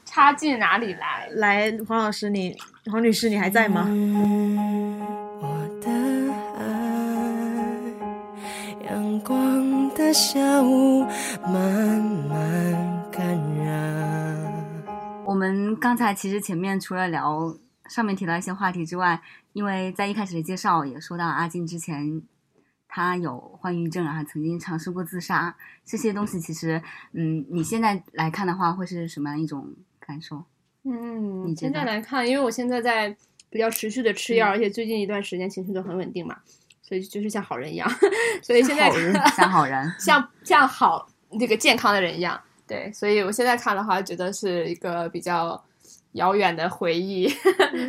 Speaker 3: 插进哪里来？
Speaker 2: 来，黄老师你，黄女士你还在吗？
Speaker 5: 我的爱，阳光的下午慢慢感染。
Speaker 1: 我们刚才其实前面除了聊上面提到一些话题之外，因为在一开始的介绍也说到阿金之前他有患抑郁症啊，曾经尝试过自杀，这些东西其实，嗯，你现在来看的话，会是什么样一种感受？
Speaker 3: 嗯，
Speaker 1: 你觉
Speaker 3: 现在
Speaker 1: 得
Speaker 3: 来看，因为我现在在比较持续的吃药，而且最近一段时间情绪都很稳定嘛，所以就是像好人 一样，所以现在
Speaker 2: 好人
Speaker 1: 像好人，
Speaker 3: 像像好那个健康的人一样。对，所以我现在看的话，觉得是一个比较遥远的回忆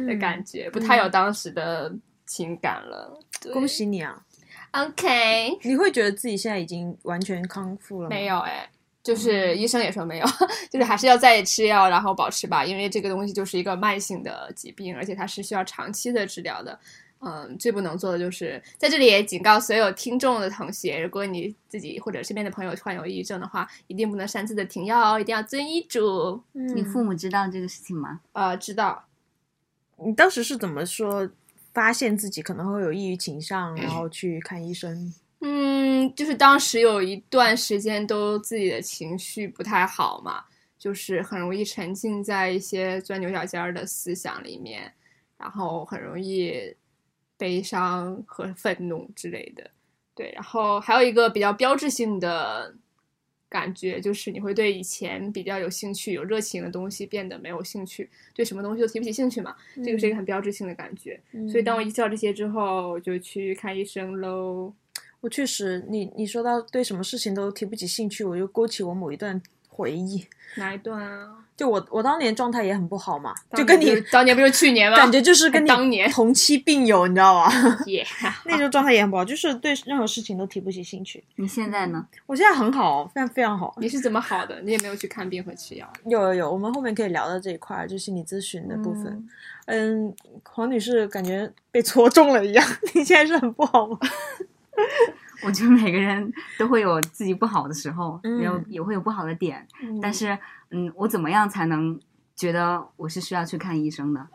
Speaker 3: 的感觉，不太有当时的情感了。对
Speaker 2: 恭喜你啊！
Speaker 3: 嗯，OK，
Speaker 2: 你会觉得自己现在已经完全康复了吗？
Speaker 3: 没有哎。就是医生也说没有， 就是还是要再吃药，然后保持吧，因为这个东西就是一个慢性的疾病，而且它是需要长期的治疗的。嗯，最不能做的就是在这里也警告所有听众的同学，如果你自己或者身边的朋友患有抑郁症的话，一定不能擅自的停药哦，一定要遵医嘱。
Speaker 2: 嗯，
Speaker 1: 你父母知道这个事情吗？
Speaker 3: 呃，知道，
Speaker 2: 你当时是怎么说？发现自己可能会有抑郁倾向，然后去看医生。
Speaker 3: 嗯，就是当时有一段时间都自己的情绪不太好嘛，就是很容易沉浸在一些钻牛角尖儿的思想里面，然后很容易悲伤和愤怒之类的。对，然后还有一个比较标志性的感觉，就是你会对以前比较有兴趣、有热情的东西变得没有兴趣，对什么东西都提不起兴趣嘛。这个是一个很标志性的感觉。所以当我意识到这些之后，我就去看医生喽。
Speaker 2: 我确实，你你说到对什么事情都提不起兴趣，我就勾起我某一段回忆。
Speaker 3: 哪一段啊？ 就
Speaker 2: 就我我当年状态也很不好嘛，就
Speaker 3: 当
Speaker 2: 跟
Speaker 3: 年
Speaker 2: 你
Speaker 3: 是当年不 就是去 年吗？
Speaker 2: 感觉就是跟你
Speaker 3: 当年
Speaker 2: 同期并友，你知道 吧？
Speaker 3: 也、
Speaker 2: 那时候状态也很不好，就是对任何事情都提不起兴趣。
Speaker 1: 你现在 呢？
Speaker 2: 我现在很好，非常非常好。
Speaker 3: 你是怎么好的？你也没有去啊看病和吃药。
Speaker 2: 有有有，我们后面可以聊到这一块儿，就心理咨询的部分。嗯黄女士感觉被戳中了一样， 你现在是很不好吗？
Speaker 1: 我觉得每个人都会有自己不好的时候，
Speaker 2: 嗯
Speaker 1: 也有也会有不好的点，
Speaker 3: 嗯
Speaker 1: 但是，嗯，我怎么样才能觉得我是需要去看医生的？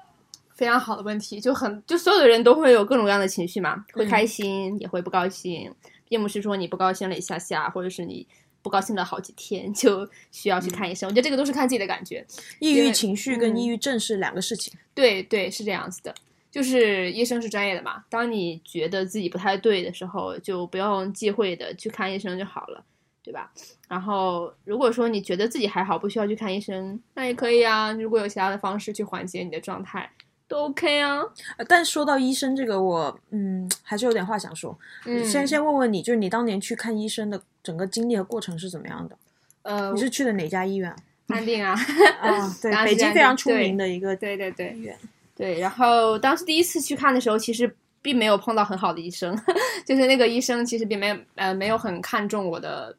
Speaker 3: 非常好的问题，就很就所有的人都会有各种各样的情绪嘛，会开心、也会不高兴，并不是说你不高兴了一下下，或者是你不高兴了好几天就需要去看医生。我觉得这个都是看自己的感觉。
Speaker 2: 抑
Speaker 3: 因
Speaker 2: 郁
Speaker 3: 为
Speaker 2: 情绪跟
Speaker 3: 嗯
Speaker 2: 抑郁症是两个事情。
Speaker 3: 对对，是这样子的，就是医生是专业的嘛。当你觉得自己不太对的时候，就不用忌讳的去看医生就好了，对吧？然后如果说你觉得自己还好，不需要去看医生，那也可以啊。如果有其他的方式去缓解你的状态，都 OK 啊。
Speaker 2: 呃但说到医生这个，我嗯还是有点话想说。
Speaker 3: 嗯，
Speaker 2: 先先问问你，就是你当年去看医生的整个经历和过程是怎么样的？
Speaker 3: 呃
Speaker 2: 你，是去的哪家医院？
Speaker 3: 安定啊，
Speaker 2: 啊，对
Speaker 3: 当，然
Speaker 2: 北
Speaker 3: 是
Speaker 2: 京
Speaker 3: 安
Speaker 2: 非常
Speaker 3: 定
Speaker 2: 出
Speaker 3: 对
Speaker 2: 名的一个
Speaker 3: 对对对
Speaker 2: 医院。
Speaker 3: 对。然后当时第一次去看的时候，其实并没有碰到很好的医生， 就是那个医生其实并没有呃没有很看重我的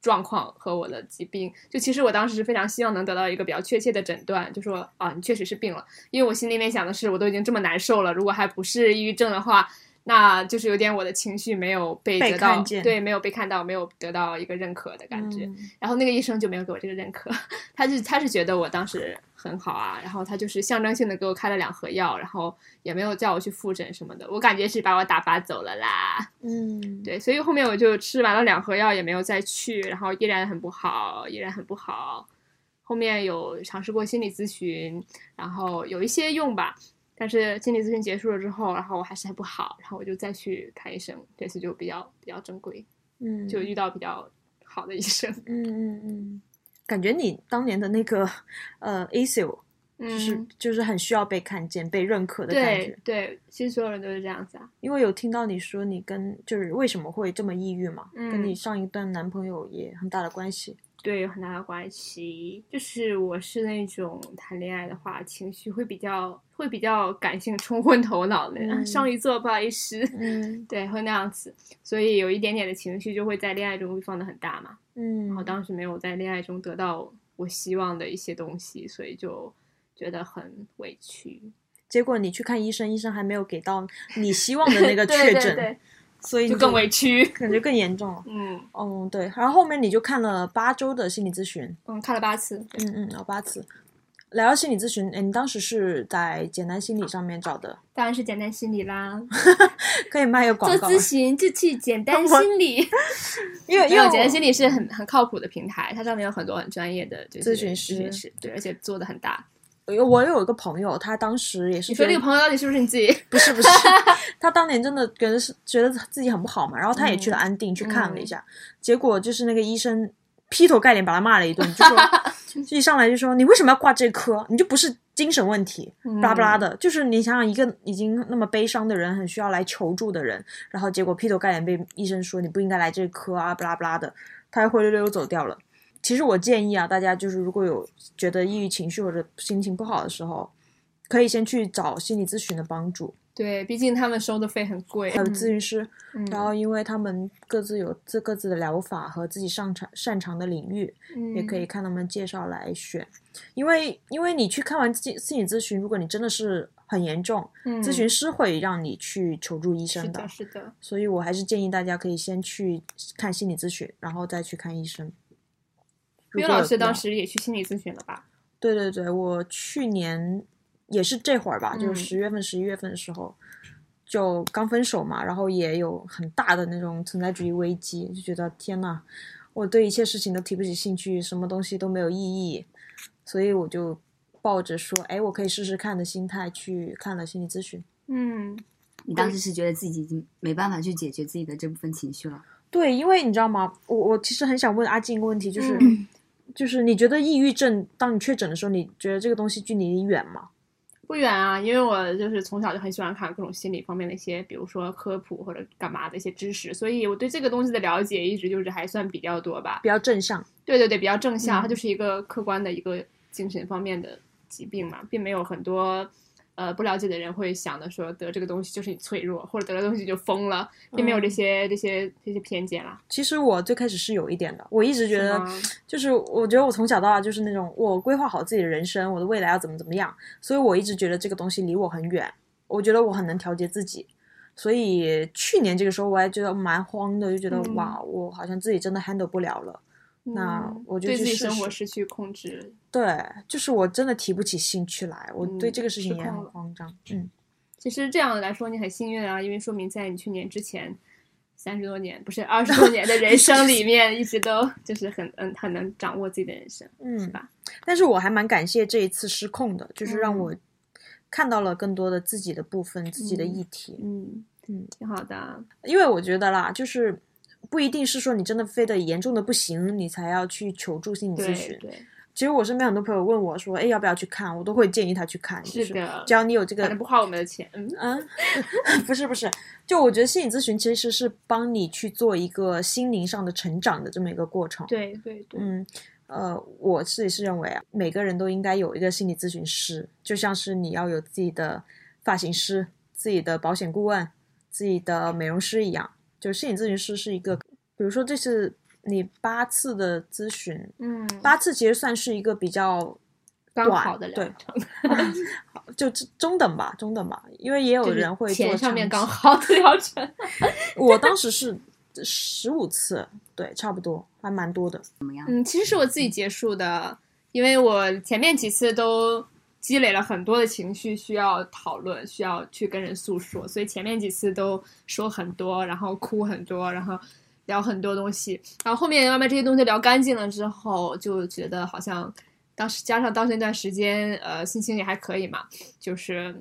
Speaker 3: 状况和我的疾病。就其实我当时是非常希望能得到一个比较确切的诊断，就说啊你确实是病了，因为我心里面想的是我都已经这么难受了，如果还不是抑郁症的话。那就是有点我的情绪没有被
Speaker 2: 被
Speaker 3: 得到，
Speaker 2: 看见
Speaker 3: 对，没有被看到，没有得到一个认可的感觉。
Speaker 2: 嗯
Speaker 3: 然后那个医生就没有给我这个认可， 他就他是觉得我当时很好啊，然后他就是象征性的给我开了两盒药，然后也没有叫我去复诊什么的，我感觉是把我打发走了啦。
Speaker 2: 嗯，
Speaker 3: 对，所以后面我就吃完了两盒药，也没有再去，然后依然很不好，依然很不好。后面有尝试过心理咨询，然后有一些用吧，但是心理咨询结束了之后，然后我还是还不好，然后我就再去看医生，这次就比较比较正规，
Speaker 2: 嗯，
Speaker 3: 就遇到比较好的医生。
Speaker 2: 嗯嗯嗯，感觉你当年的那个呃 ASIO 就
Speaker 3: 嗯。
Speaker 2: 是、就是很需要被看见、被认可的感
Speaker 3: 对
Speaker 2: 觉。
Speaker 3: 对，其实所有人都是这样子啊。
Speaker 2: 因为有听到你说你跟就是为什么会这么抑郁嘛，跟你
Speaker 3: 嗯
Speaker 2: 上一段男朋友也很大的关系。
Speaker 3: 对，有很大的关系。就是我是那种谈恋爱的话，情绪会比较会比较感性冲昏头脑的，啊
Speaker 2: 嗯
Speaker 3: 双鱼座不好意思，
Speaker 2: 嗯
Speaker 3: 对，会那样子，所以有一点点的情绪就会在恋爱中会放的很大嘛。
Speaker 2: 嗯，
Speaker 3: 然后当时没有在恋爱中得到我希望的一些东西，所以就觉得很委屈。
Speaker 2: 结果你去看医生，医生还没有给到你希望的那个
Speaker 3: 对
Speaker 2: 确
Speaker 3: 对
Speaker 2: 诊，
Speaker 3: 对，
Speaker 2: 所以
Speaker 3: 就
Speaker 2: 你
Speaker 3: 更委屈。
Speaker 2: 感觉更严重了。
Speaker 3: 嗯
Speaker 2: 嗯，对，然后后面你就看了八周的心理咨询，
Speaker 3: 嗯，看了八次。
Speaker 2: 嗯嗯，哦八次。聊到心理咨询，哎，你当时是在简单心理上面找的，
Speaker 3: 当然是简单心理啦，
Speaker 2: 可以卖个广
Speaker 3: 做
Speaker 2: 告。
Speaker 3: 咨询就去 简单心理。
Speaker 2: 因为
Speaker 3: 因
Speaker 2: 因
Speaker 3: 为
Speaker 2: 为
Speaker 3: 我觉得
Speaker 2: 我
Speaker 3: 啊心理是很很靠谱的平台，它上面有很多很专业的就是
Speaker 2: 咨询师
Speaker 3: 咨询师对，而且做的很大。
Speaker 2: 有我有一个朋友，他当时也是
Speaker 3: 你说
Speaker 2: 觉得
Speaker 3: 这个朋友到底是不是你自己？
Speaker 2: 不是不是， 他当年真的觉得是觉得自己很不好嘛，然后他也
Speaker 3: 嗯
Speaker 2: 去了安定、去看了一下，结果就是那个医生劈头盖脸把他骂了一顿，就 说一上来就说你为什么要挂这科？你就不是精神问题，
Speaker 3: 嗯
Speaker 2: 巴拉巴拉的。就是你想想，一个已经那么悲伤的人，很需要来求助的人，然后结果劈头盖脸被医生说你不应该来这科啊，巴拉巴拉的，他还灰溜溜走掉了。其实我建议啊，大家就是如果有觉得抑郁情绪或者心情不好的时候，可以先去找心理咨询的帮助。
Speaker 3: 对，毕竟他们收的费很贵。
Speaker 2: 还有咨询师，
Speaker 3: 嗯
Speaker 2: 然后因为他们各自有自各自的疗法和自己擅长擅长的领域，嗯也可
Speaker 3: 嗯
Speaker 2: 以看他们介绍来选。因为因为你去看完心心理咨询，如果你真的是很严重，
Speaker 3: 嗯
Speaker 2: 咨询师会让你去求助医
Speaker 3: 是
Speaker 2: 生
Speaker 3: 的，是的，
Speaker 2: 所以我还是建议大家可以先去看心理咨询，然后再去看医生。如
Speaker 3: 岳
Speaker 2: 果
Speaker 3: 老
Speaker 2: 有
Speaker 3: 师
Speaker 2: 必要
Speaker 3: 当时也去心理咨询了吧？
Speaker 2: 对对对，我去年也是这会儿吧，就
Speaker 3: 嗯
Speaker 2: 是十月份、十一月份的时候，就刚分手嘛，然后也有很大的那种存在主义危机，就觉得天呐，我对一切事情都提不起兴趣，什么东西都没有意义，所以我就抱着说，哎，我可以试试看的心态去看了心理咨询。
Speaker 3: 嗯，
Speaker 1: 你当时是觉得自己已经没办法去解决自己的这部分情绪了，
Speaker 2: 对，因为你知道吗？我我其实很想问阿静一个问题，就是、
Speaker 3: 嗯
Speaker 2: 就是你觉得抑郁症，当你确诊的时候，你觉得这个东西距离你远吗？
Speaker 3: 不远啊，因为我就是从小就很喜欢看各种心理方面的一些，比如说科普或者干嘛的一些知识，所以我对这个东西的了解一直就是还算比较多吧。
Speaker 2: 比较正向。
Speaker 3: 对对对，比较正向，
Speaker 2: 嗯
Speaker 3: 它就是一个客观的一个精神方面的疾病嘛，并没有很多呃不了解的人会想的说得这个东西就是你脆弱，或者得了东西就疯了，并没
Speaker 2: 嗯
Speaker 3: 有这些、这些这些偏见啦。
Speaker 2: 其实我最开始是有一点的，我一直觉
Speaker 3: 是
Speaker 2: 得
Speaker 3: 吗，嗯
Speaker 2: 就是我觉得我从小到大就是那种我规划好自己的人生，我的未来要怎么怎么样，所以我一直觉得这个东西离我很远，我觉得我很能调节自己，所以去年这个时候我还觉得蛮慌的，就觉得、
Speaker 3: 嗯
Speaker 2: 哇，我好像自己真的 handle 不了了。那
Speaker 3: 嗯
Speaker 2: 我就
Speaker 3: 对
Speaker 2: 去
Speaker 3: 自己
Speaker 2: 试
Speaker 3: 生活
Speaker 2: 试
Speaker 3: 失去控制，
Speaker 2: 对，就是我真的提不起兴趣来，我
Speaker 3: 嗯
Speaker 2: 对这个事情
Speaker 3: 失
Speaker 2: 也
Speaker 3: 控
Speaker 2: 很
Speaker 3: 了
Speaker 2: 慌张。嗯，
Speaker 3: 其实这样来说你很幸运啊，因为说明在你去年之前。三十多年不是二十多年的人生里面，一直 都就是很嗯很能掌握自己的人生，是
Speaker 2: 嗯
Speaker 3: 吧？
Speaker 2: 但是我还蛮感谢这一次失控的，就是让
Speaker 3: 嗯
Speaker 2: 我看到了更多的自己的部分，自己的
Speaker 3: 嗯
Speaker 2: 议题。
Speaker 3: 嗯
Speaker 2: 嗯，
Speaker 3: 挺好的啊。
Speaker 2: 因为我觉得啦，就是不一定是说你真的非得严重的不行，你才要去求助心理咨
Speaker 3: 对
Speaker 2: 询。
Speaker 3: 对，
Speaker 2: 其实我身边很多朋友问我说，哎，要不要去看？我都会建议他去看，就是
Speaker 3: 的
Speaker 2: 只要你有这个
Speaker 3: 反正不花我们的钱，嗯，
Speaker 2: 啊， 不是不是，就我觉得心理咨询其实是帮你去做一个心灵上的成长的这么一个过程。
Speaker 3: 对对对，
Speaker 2: 嗯，呃，我自己是认为啊，每个人都应该有一个心理咨询师，就像是你要有自己的发型师、自己的保险顾问、自己的美容师一样。就是心理咨询师是一个，比如说这是你八次的咨询，
Speaker 3: 嗯，
Speaker 2: 八次其实算是一个比较
Speaker 3: 刚好的
Speaker 2: 对
Speaker 3: 疗，程，
Speaker 2: 就中等吧，中等吧，因为也有
Speaker 3: 就是
Speaker 2: 人会做
Speaker 3: 钱上
Speaker 2: 长
Speaker 3: 面
Speaker 2: 期
Speaker 3: 刚好的 疗程，
Speaker 2: 我当时是十五次，对，差不多，还蛮多的。
Speaker 3: 嗯，其实是我自己结束的，因为我前面几次都积累了很多的情绪，需要讨论，需要去跟人诉说，所以前面几次都说很多，然后哭很多，然后聊很多东西，然后后面慢慢这些东西聊干净了之后，就觉得好像当时加上当时那段时间，呃，心情也还可以嘛，就是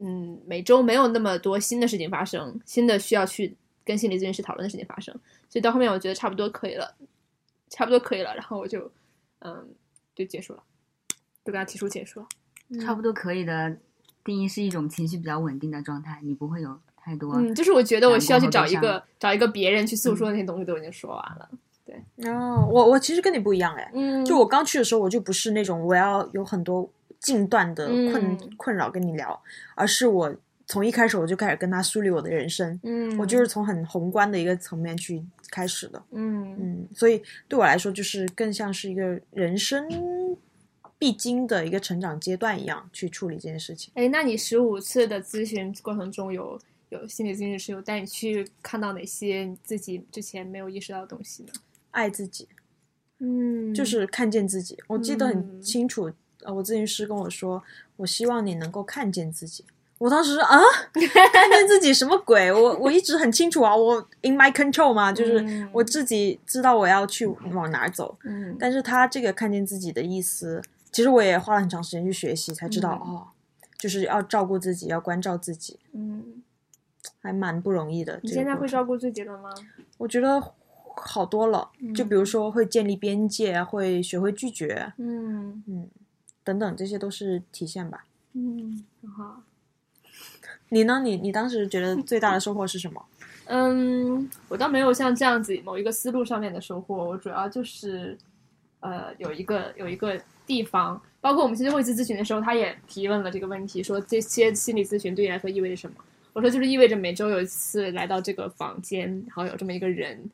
Speaker 3: 嗯，每周没有那么多新的事情发生，新的需要去跟心理咨询师讨论的事情发生，所以到后面我觉得差不多可以了，差不多可以了，然后我就嗯就结束了，就跟他提出结束了。
Speaker 1: 差不多可以的定义是一种情绪比较稳定的状态，你不会有太多。
Speaker 3: 嗯，就是我觉得我需要去找一
Speaker 1: 难过和悲
Speaker 3: 个找一个别人去诉
Speaker 2: 嗯
Speaker 3: 说那些东西都已经说完了，
Speaker 2: 然后哦我我其实跟你不一样哎，
Speaker 3: 嗯
Speaker 2: 就我刚去的时候，我就不是那种我要有很多近段的困、
Speaker 3: 嗯
Speaker 2: 困扰跟你聊，而是我从一开始我就开始跟他梳理我的人生，
Speaker 3: 嗯，
Speaker 2: 我就是从很宏观的一个层面去开始的。
Speaker 3: 嗯
Speaker 2: 嗯，所以对我来说，就是更像是一个人生必经的一个成长阶段一样去处理这件事情。
Speaker 3: 哎，那你十五次的咨询过程中有有心理咨询师有带你去看到哪些你自己之前没有意识到的东西呢？
Speaker 2: 爱自己，
Speaker 3: 嗯，
Speaker 2: 就是看见自己。我记得很
Speaker 3: 嗯
Speaker 2: 清楚，呃，我咨询师跟我说，我希望你能够看见自己。我当时是啊，看见自己什么鬼？我我一直很清楚啊，我 in my control 嘛，就是
Speaker 3: 嗯
Speaker 2: 我自己知道我要去往哪儿走。
Speaker 3: 嗯，
Speaker 2: 但是他这个看见自己的意思，其实我也花了很长时间去学习，才知道、
Speaker 3: 嗯
Speaker 2: 哦，就是要照顾自己，要关照自己，
Speaker 3: 嗯，
Speaker 2: 还蛮不容易的。
Speaker 3: 你
Speaker 2: 这个
Speaker 3: 现在
Speaker 2: 过
Speaker 3: 会
Speaker 2: 程
Speaker 3: 照顾自己了吗？
Speaker 2: 我觉得好多了，就比如说会建立边界，啊会学会拒绝，
Speaker 3: 嗯
Speaker 2: 嗯，等等，这些都是体现吧。
Speaker 3: 嗯，很好。
Speaker 2: 你呢？你你当时觉得最大的收获是什么？
Speaker 3: 嗯，我倒没有像这样子某一个思路上面的收获，我主要就是，呃，有一个有一个地方，包括我们其实后一次咨询的时候，他也提问了这个问题，说这些心理咨询对你来说意味着什么？我说就是意味着每周有一次来到这个房间，然后有这么一个人，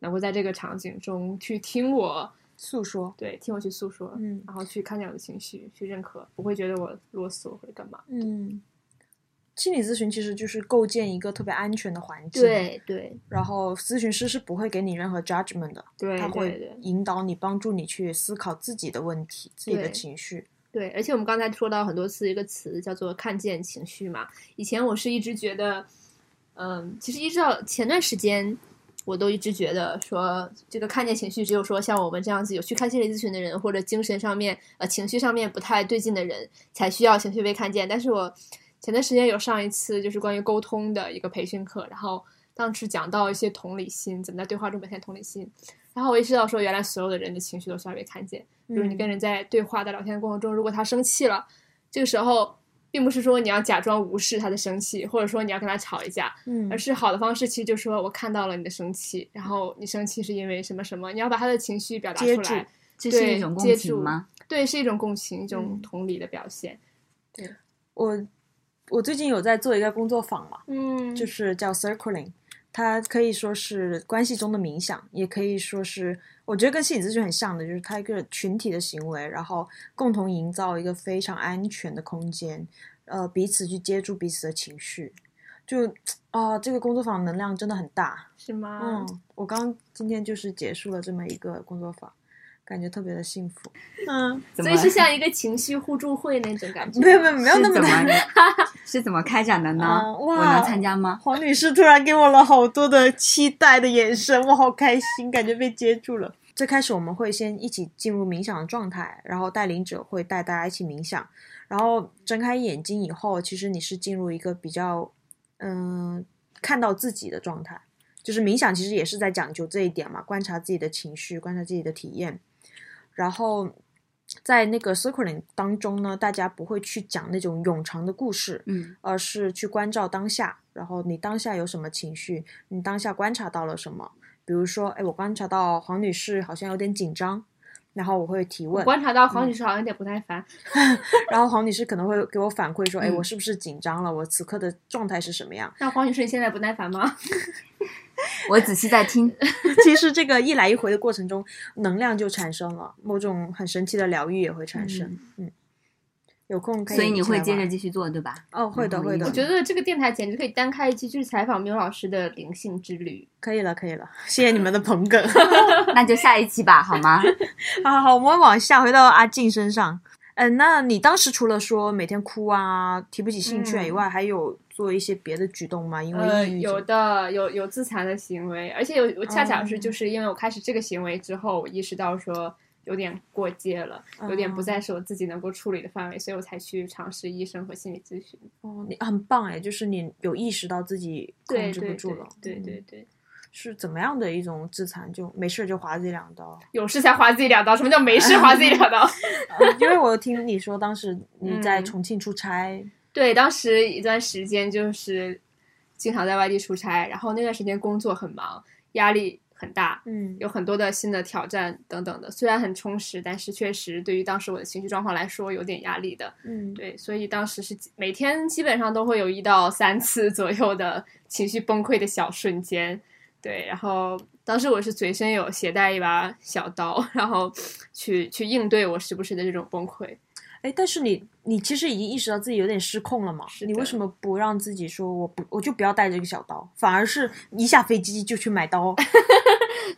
Speaker 3: 能够在这个场景中去听我，
Speaker 2: 诉说。
Speaker 3: 对，听我去诉说，
Speaker 2: 嗯
Speaker 3: 然后去看见我的情绪，去认可，不会觉得我啰嗦或者干嘛。
Speaker 2: 嗯，心理咨询其实就是构建一个特别安全的环境。。
Speaker 3: 对
Speaker 2: 然后咨询师是不会给你任何 judgment 的，
Speaker 3: 对
Speaker 2: 他
Speaker 3: 对对
Speaker 2: 会。引导你，帮助你去思考自己的问题、自己的
Speaker 3: 对
Speaker 2: 情绪。
Speaker 3: 对，而且我们刚才说到很多次一个词叫做“看见情绪”嘛。以前我是一直觉得，嗯，其实一直到前段时间，我都一直觉得说，这个看见情绪只有说像我们这样子有去看心理咨询的人，或者精神上面呃情绪上面不太对劲的人，才需要情绪被看见。但是我前段时间有上一次就是关于沟通的一个培训课，然后当时讲到一些同理心，怎么在对话中表现同理心，然后我意识到说，原来所有的人的情绪都需要被看见。就是你
Speaker 2: 嗯
Speaker 3: 跟人在对话、在聊天的过程中，如果他生气了，这个时候并不是说你要假装无视他的生气，或者说你要跟他吵一架，
Speaker 2: 嗯
Speaker 3: 而是好的方式其实就是说我看到了你的生气，然后你生气是因为什么什么，你要把他的情绪表达
Speaker 2: 接
Speaker 3: 出来
Speaker 2: 住，
Speaker 1: 这是
Speaker 3: 对
Speaker 1: 一种共
Speaker 3: 接
Speaker 1: 情
Speaker 3: 住
Speaker 1: 吗？
Speaker 3: 对，是一种共情，一种
Speaker 2: 嗯
Speaker 3: 同理的表现。
Speaker 2: 我我最近有在做一个工作坊嘛，
Speaker 3: 嗯
Speaker 2: 就
Speaker 3: 就是
Speaker 2: 是叫 circling，它可以说是关系中的冥想，也可以说是我觉得跟心理咨询很像的，就是它一个群体的行为，然后共同营造一个非常安全的空间，呃，彼此去接住彼此的情绪。就啊、这个工作坊能量真的很大。
Speaker 3: 是
Speaker 1: 啊
Speaker 3: 吗？
Speaker 2: 嗯，我刚今天就是结束了这么一个工作坊，感觉特别的幸福。嗯，
Speaker 1: 怎么
Speaker 3: 所以是像一个情绪互助会那种 感觉。
Speaker 2: 没有没有没有
Speaker 1: 是
Speaker 2: 那么
Speaker 1: 怎
Speaker 2: 大
Speaker 1: 么。 是怎么开展的呢？
Speaker 3: 啊
Speaker 2: 嗯哇
Speaker 1: 我能参加吗？
Speaker 2: 黄女士突然给我了好多的期待的眼神，我好开心，感觉被接住了。最开始我们会先一起进入冥想的状态，然后带领者会带大家一起冥想，然后睁开眼睛以后，其实你是进入一个比较，嗯、看到自己的状态。就是冥想其实也是在讲究这一点嘛，观察自己的情绪，观察自己的体验。然后在那个 circling 当中呢，大家不会去讲那种冗长的故事，
Speaker 1: 嗯
Speaker 2: 而呃是去关照当下，然后你当下有什么情绪，你当下观察到了什么。比如说，哎，我观察到黄女士好像有点紧张，然后我会提
Speaker 3: 我
Speaker 2: 问，
Speaker 3: 观察到黄女士好像有点不耐烦，
Speaker 2: 然后黄女士可能会给我反馈说，哎，
Speaker 1: 嗯
Speaker 2: 我是不是紧张了？我此刻的状态是什么样？
Speaker 3: 那黄女士你现在不耐烦吗？
Speaker 1: 我仔细在 听，
Speaker 2: 其实这个一来一回的过程中，能量就产生了，某种很神奇的疗愈也会产生。嗯，有空可以
Speaker 1: 所以你
Speaker 2: 起来
Speaker 1: 会接
Speaker 2: 玩
Speaker 1: 着继续做对吧？
Speaker 2: 哦，会的，
Speaker 1: 然后
Speaker 2: 会
Speaker 1: 一
Speaker 2: 的，
Speaker 1: 起
Speaker 3: 我觉得这个电台简直可以单开一期，就是采访缪老师的灵性之旅。
Speaker 2: 可以了，可以了， 谢谢你们的捧哏。
Speaker 1: 那就下一期吧，好 吗？
Speaker 2: 好好好，我们往下回到阿静身上。嗯，那你当时除了说每天哭啊、提不起兴趣啊以外，还有做一些别的举动吗？因
Speaker 3: 嗯呃，
Speaker 2: 为抑郁
Speaker 3: 有
Speaker 2: 症
Speaker 3: 的有有自残的行为，而且有我恰巧是
Speaker 2: 哦
Speaker 3: 就是因为我开始这个行为之后，我意识到说有点过界了，有点
Speaker 2: 哦
Speaker 3: 不再是我自己能够处理的范围，所以我才去尝试医生和心理咨询。
Speaker 2: 哦，你很棒哎，就是你有意识到自己控
Speaker 3: 对
Speaker 2: 制不
Speaker 3: 对
Speaker 2: 住
Speaker 3: 对
Speaker 2: 了，
Speaker 3: 对
Speaker 2: 嗯
Speaker 3: 对对，
Speaker 2: 是怎么样的一种自残？就没事就划自己两 刀。
Speaker 3: 有事才划自己两刀，什么叫没事划自己两刀？
Speaker 2: 呃因为我听你说，当时你在
Speaker 3: 嗯
Speaker 2: 重庆出差，
Speaker 3: 对，当时一段时间就是经常在外地出差，然后那段时间工作很忙，压力很大，
Speaker 2: 嗯，
Speaker 3: 有很多的新的挑战等等的。虽然很充实，但是确实对于当时我的情绪状况来说有点压力的。
Speaker 2: 嗯，
Speaker 3: 对，所以当时是几每天基本上都会有一到三次左右的情绪崩溃的小瞬间。对，然后当时我是随身有携带一把小刀，然后去去应对我时不时的这种崩溃。
Speaker 2: 哎，但是你你其实已经意识到自己有点失控了嘛？
Speaker 3: 是
Speaker 2: 你为
Speaker 3: 的
Speaker 2: 什么不让自己说我不我就不要带这个小刀，反而是一下飞机就去买刀？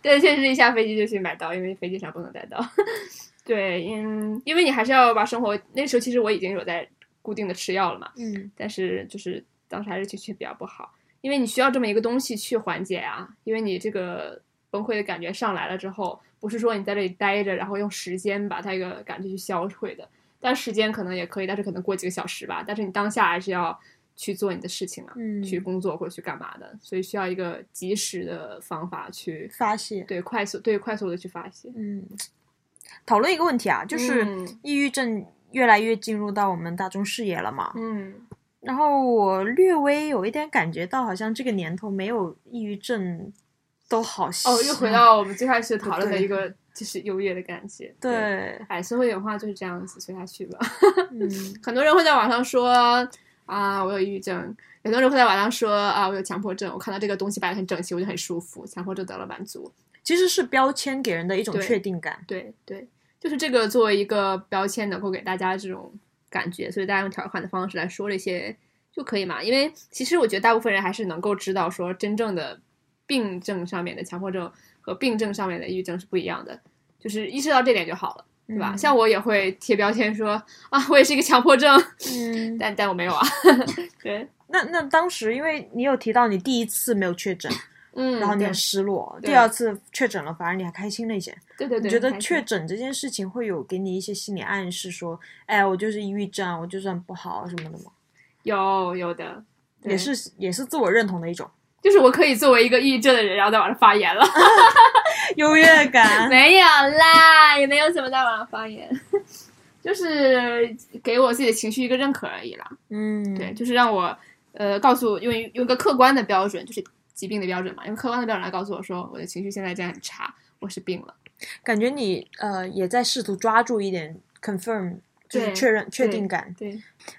Speaker 3: 对，确实一下飞机就去买刀，因为飞机上不能带刀。 对，嗯，因为你还是要把生活。那时候其实我已经有在固定的吃药了嘛，
Speaker 2: 嗯
Speaker 3: 但是就是当时还是去去比较不好，因为你需要这么一个东西去缓解啊，因为你这个崩溃的感觉上来了之后，不是说你在这里待着，然后用时间把它一个感觉去消退的，但时间可能也可以，但是可能过几个小时吧，但是你当下还是要去做你的事情啊，
Speaker 2: 嗯，
Speaker 3: 去工作或者去干嘛的，所以需要一个及时的方法去
Speaker 2: 发泄。
Speaker 3: 对快速对快速的去发泄，
Speaker 2: 嗯，讨论一个问题啊，就是
Speaker 3: 嗯
Speaker 2: 抑郁症越来越进入到我们大众视野了嘛？
Speaker 3: 嗯，
Speaker 2: 然后我略微有一点感觉到，好像这个年头没有抑郁症都好像
Speaker 3: 哦，又回到我们最开始讨论的
Speaker 2: 对
Speaker 3: 一个就是优越的感觉，
Speaker 2: 对，
Speaker 3: 哎，社会演化就是这样子，随他去吧。
Speaker 2: 嗯。
Speaker 3: 很多人会在网上说啊，我有抑郁症；很多人会在网上说啊，我有强迫症。我看到这个东西摆的很整齐，我就很舒服。强迫症得了满足，
Speaker 2: 其实是标签给人的一种
Speaker 3: 对
Speaker 2: 确定感。
Speaker 3: 对对，就是这个作为一个标签，能够给大家这种感觉，所以大家用调侃的方式来说这些就可以嘛。因为其实我觉得大部分人还是能够知道，说真正的病症上面的强迫症和病症上面的抑郁症是不一样的，就是意识到这点就好了。对吧？
Speaker 2: 嗯
Speaker 3: 像我也会贴标签说啊，我也是一个强迫症，
Speaker 2: 嗯，
Speaker 3: 但但我没 有啊。对，
Speaker 2: 那那当时因为你有提到你第一次没有确诊，
Speaker 3: 嗯，
Speaker 2: 然后你
Speaker 3: 对
Speaker 2: 很失落，
Speaker 3: 对
Speaker 2: 第二次确诊了，反而你还开心了一些。
Speaker 3: 对对
Speaker 2: 你
Speaker 3: 对，
Speaker 2: 觉得
Speaker 3: 还是
Speaker 2: 确诊这件事情会有给你一些心理暗示，说，哎，我就是抑郁症，我就是很不好什么的吗？
Speaker 3: 有有的，对
Speaker 2: 也是也是自我认同的一 种
Speaker 3: 就是我可以作为一个抑郁症的人，然后在网上发言了，
Speaker 2: 优越感。
Speaker 3: 没有啦，也没有什么在网上发言， 就是给我自己的情绪一个认可而已啦。
Speaker 2: 嗯，
Speaker 3: 对，，就是让我呃告诉用一用一个客观的标准，就是疾病的标准嘛，用客观的标准来告诉我说我的情绪现在这样很差，我是病了。
Speaker 2: 感觉你呃也在试图抓住一点 confirm，就是
Speaker 3: 对
Speaker 2: 确认确定感。
Speaker 3: 对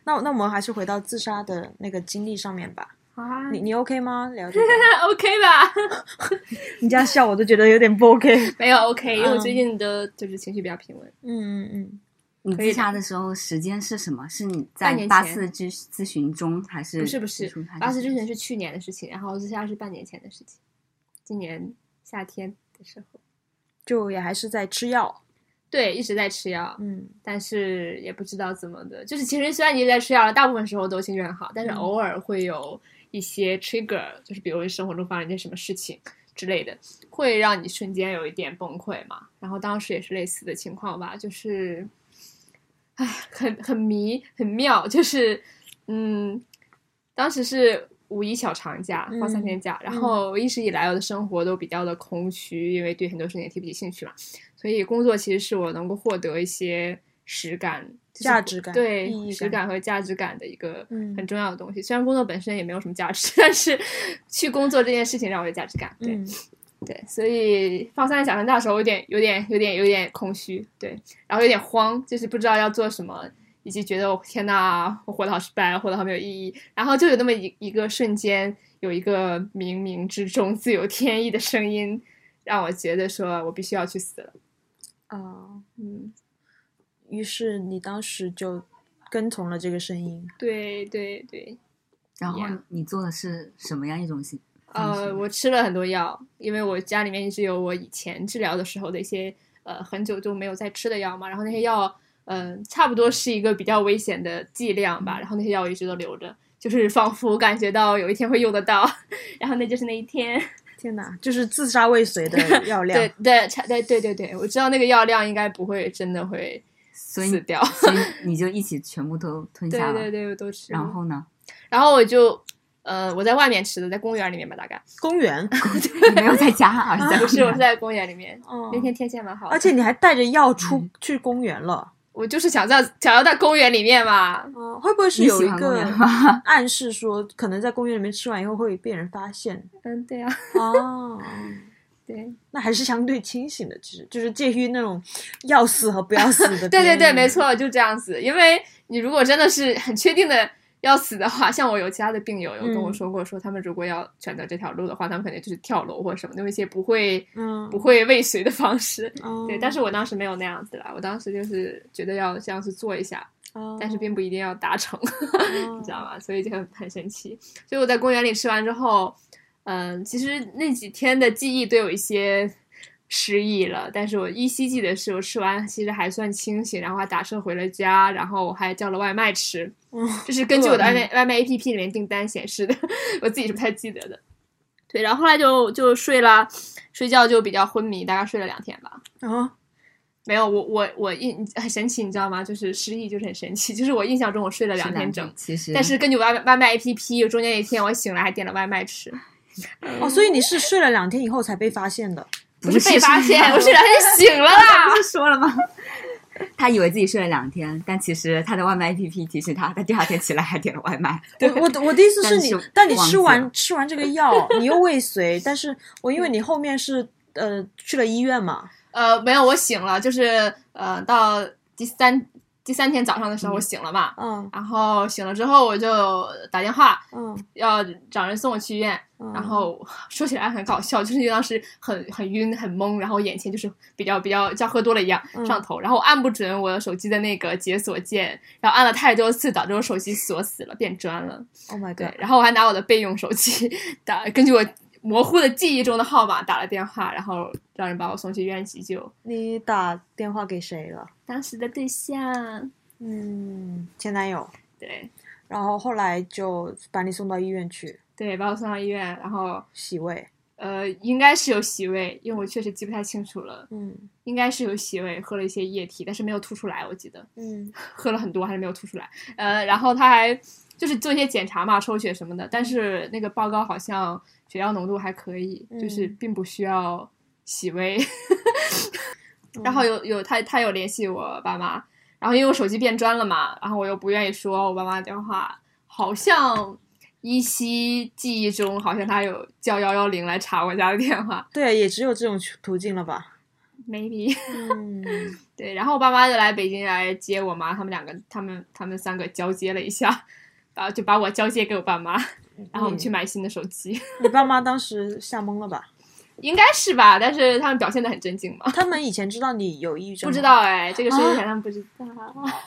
Speaker 2: 那那我们还是回到自杀的那个经历上面吧。
Speaker 3: 啊
Speaker 2: 你你 OK 吗？聊这个，
Speaker 3: OK 吧？
Speaker 2: 你这样笑我都觉得有点不 OK。
Speaker 3: 没有 OK，因为我最
Speaker 2: 嗯
Speaker 3: 近的就是情绪比较平稳。
Speaker 2: 嗯嗯嗯。
Speaker 1: 你
Speaker 3: 可以
Speaker 1: 自
Speaker 3: 的
Speaker 1: 杀的时候时间是什么？是你在
Speaker 3: 半年
Speaker 1: 八
Speaker 3: 前
Speaker 1: 四咨咨询中嗯还是
Speaker 3: 不是不
Speaker 1: 提
Speaker 3: 是
Speaker 1: 出它，
Speaker 3: 八四之前是去年的事情，然后自杀是半年前的事情，今年夏天的时候，
Speaker 2: 就也还是在吃药。
Speaker 3: 对，一直在吃药，
Speaker 2: 嗯
Speaker 3: 但是也不知道怎么的，就是其实虽然你一直在吃药了，大部分时候都情绪很好，但是
Speaker 2: 嗯
Speaker 3: 偶尔会有一些 trigger，就是比如生活中发生一件什么事情之类的，会让你瞬间有一点崩溃嘛。然后当时也是类似的情况吧，就是，唉，很很迷，很妙，就是，嗯，当时是。五一小长假
Speaker 2: 嗯
Speaker 3: 放三天假，然
Speaker 2: 嗯
Speaker 3: 后一直以来我的生活都比较的空虚，因为对很多事情也提不起兴趣嘛。所以工作其实是我能够获得一些实感、就是
Speaker 2: 价值感
Speaker 3: 对
Speaker 2: 意义
Speaker 3: 实
Speaker 2: 感
Speaker 3: 感和价值感的一个
Speaker 2: 嗯
Speaker 3: 很重要的东西。虽然工作本身也没有什么价值， 但是去工作这件事情让我有价值感。对、
Speaker 2: 嗯，
Speaker 3: 对，所以放三峡长大的时候，有点有点有点有点空虚，对，然后有点慌，就是不知道要做什么。以及觉得我天呐，我活得好失败，活得好没有意义。然后就有那么一一个瞬间，有一个冥冥之中自有天意的声音，让我觉得说我必须要去死了。
Speaker 2: 啊、
Speaker 3: 嗯，
Speaker 2: 于是你当时就跟从了这个声音，
Speaker 3: 对对对，
Speaker 1: 然后
Speaker 3: Yeah
Speaker 1: 你做的是什么样一种行？方式
Speaker 3: 呃，我吃了很多药，因为我家里面一直有我以前治疗的时候的一些呃很久就没有再吃的药嘛，然后那些药嗯、呃差不多是一个比较危险的剂量吧，然后那些药我一直都留着，就是仿佛感觉到有一天会用得到， 然后那就是那一天。
Speaker 2: 天哪，就是自杀未遂 的药量。
Speaker 3: 对对差对对对对，我知道那个药量应该不会真的会
Speaker 1: 所以
Speaker 3: 死掉。
Speaker 1: 所以你就一起全部都吞
Speaker 3: 对
Speaker 1: 下了。
Speaker 3: 对嗯对，我都吃了。
Speaker 1: 然后呢？
Speaker 3: 然后我就呃我在外面吃的，在公园里面吧，大概
Speaker 2: 公园，
Speaker 1: 你没有在家，啊 而是在
Speaker 3: 不是我是在公园里面。
Speaker 2: 哦
Speaker 3: 那天天嗯气还蛮好的，
Speaker 2: 而且你还带着药出去公园了。
Speaker 3: 我就是想在想要在公园里面嘛，
Speaker 2: 嗯，会不会是
Speaker 1: 你
Speaker 2: 有
Speaker 1: 喜
Speaker 2: 一
Speaker 1: 欢公
Speaker 2: 个
Speaker 1: 园
Speaker 2: 暗示说，可能在公园里面吃完以后会被人发 现？
Speaker 3: 嗯，对啊，
Speaker 2: 哦，
Speaker 3: 对，
Speaker 2: 那还是相对清醒的，其实就是介于那种要死和不要死的。
Speaker 3: 对对对，没。错，就这样子。因为你如果真的是很确定的要死的话，像我有其他的病友有跟我
Speaker 2: 嗯
Speaker 3: 说过，说他们如果要选择这条路的话，他们肯定就是跳楼或者什么，用一些不会
Speaker 2: 嗯，
Speaker 3: 不会未遂的方式。
Speaker 2: 哦。
Speaker 3: 对，但是我当时没有那样子啦，我当时就是觉得要这样子做一下，
Speaker 2: 哦，
Speaker 3: 但是并不一定要达成。
Speaker 2: 哦
Speaker 3: 你知道吗？所以就很很神奇。所以我在公园里吃完之后，嗯，其实那几天的记忆都有一些失忆了，但是我依稀记得是我吃完其实还算清醒，然后还打车回了家，然后我还叫了外卖 吃，
Speaker 2: 嗯
Speaker 3: 这是根据我的外卖外卖 APP 里面订单显示的， 我自己是不太记得的。对，然后后来就就睡了，睡觉就比较昏迷，大概睡了两天吧。
Speaker 2: 哦，
Speaker 3: 没有，我我我印很神奇，你知道吗？就是失忆就是很神奇，就是我印象中我睡了两天整，
Speaker 1: 其实，
Speaker 3: 但是根据外卖外卖 APP，中间有一天我醒来还点了外卖吃，
Speaker 2: 哦，所以你是睡了两天以后才被发现的。
Speaker 1: 不啊
Speaker 3: 不是被发现，我睡两天就醒了啦
Speaker 1: 不。是 说了吗？他以为自己睡了两天，但其实他的外卖 APP 提醒他，他第二天起来还点了外 卖。
Speaker 2: 我我的我的意思是
Speaker 1: 但
Speaker 2: 你
Speaker 1: 是，
Speaker 2: 但你
Speaker 1: 忘
Speaker 2: 吃
Speaker 1: 记
Speaker 2: 完
Speaker 1: 了嗯
Speaker 2: 吃完这个药，你又未遂，但是我因为你后面是呃去了医院嘛，
Speaker 3: 呃，没有，我醒了，就是呃，到第三第三天早上的时候我醒了嘛，
Speaker 2: 嗯
Speaker 3: 然后醒了之后我就打电话
Speaker 2: 嗯，
Speaker 3: 要找人送我去医院，
Speaker 2: 嗯
Speaker 3: 然后 说起来很搞笑，就是当时很很晕很懵，然后眼前就是比较比较像喝多了一样
Speaker 2: 嗯
Speaker 3: 上头，然后我按不准我手机的那个解锁键，然后按了太多次，导致我手机锁死了，变砖了。
Speaker 2: ，Oh my
Speaker 3: 对
Speaker 2: god，，
Speaker 3: 然后我还拿我的备用手机 打，根据我模糊的记忆中的号码打了电话，然后让人把我送去医院急救。
Speaker 2: 你打电话给谁了？
Speaker 3: 当时的对象，
Speaker 2: 嗯，前男友，
Speaker 3: 对
Speaker 2: 然后后来就把你送到医院去
Speaker 3: 对，把我送到医院，然后
Speaker 2: 洗胃，
Speaker 3: 呃，应该是有洗胃，因为我确实记不太清楚了，
Speaker 2: 嗯
Speaker 3: 应该是有洗胃，喝了一些液体，但是没有吐出来，我记得
Speaker 2: 嗯
Speaker 3: 喝了很多还是没有吐出来。呃，然后他还就是做一些检查嘛，抽血什么的，但是那个报告好像血药浓度还可以，就是
Speaker 2: 嗯
Speaker 3: 并不需要洗胃。 然后有有他他有联系我爸妈，然后因为我手机变砖了嘛，然后我又不愿意说我爸妈的电话，好像依稀记忆中好像他有叫幺幺零来查我家的电话
Speaker 2: 对，也只有这种途径了吧？
Speaker 3: ，maybe
Speaker 2: 嗯，
Speaker 3: 对，然后我爸妈就来北京来接我妈，他们两个他们他们三个交接了一下，然后就把我交接给我爸妈，然后我们去买新的手机，
Speaker 2: 你爸妈当时吓懵了吧？
Speaker 3: 应该是吧，但是他们表现的很镇静嘛。
Speaker 2: 他们以前知道你有抑郁症
Speaker 3: 不
Speaker 2: 吗，
Speaker 3: 知道哎，这个事情他们不知道。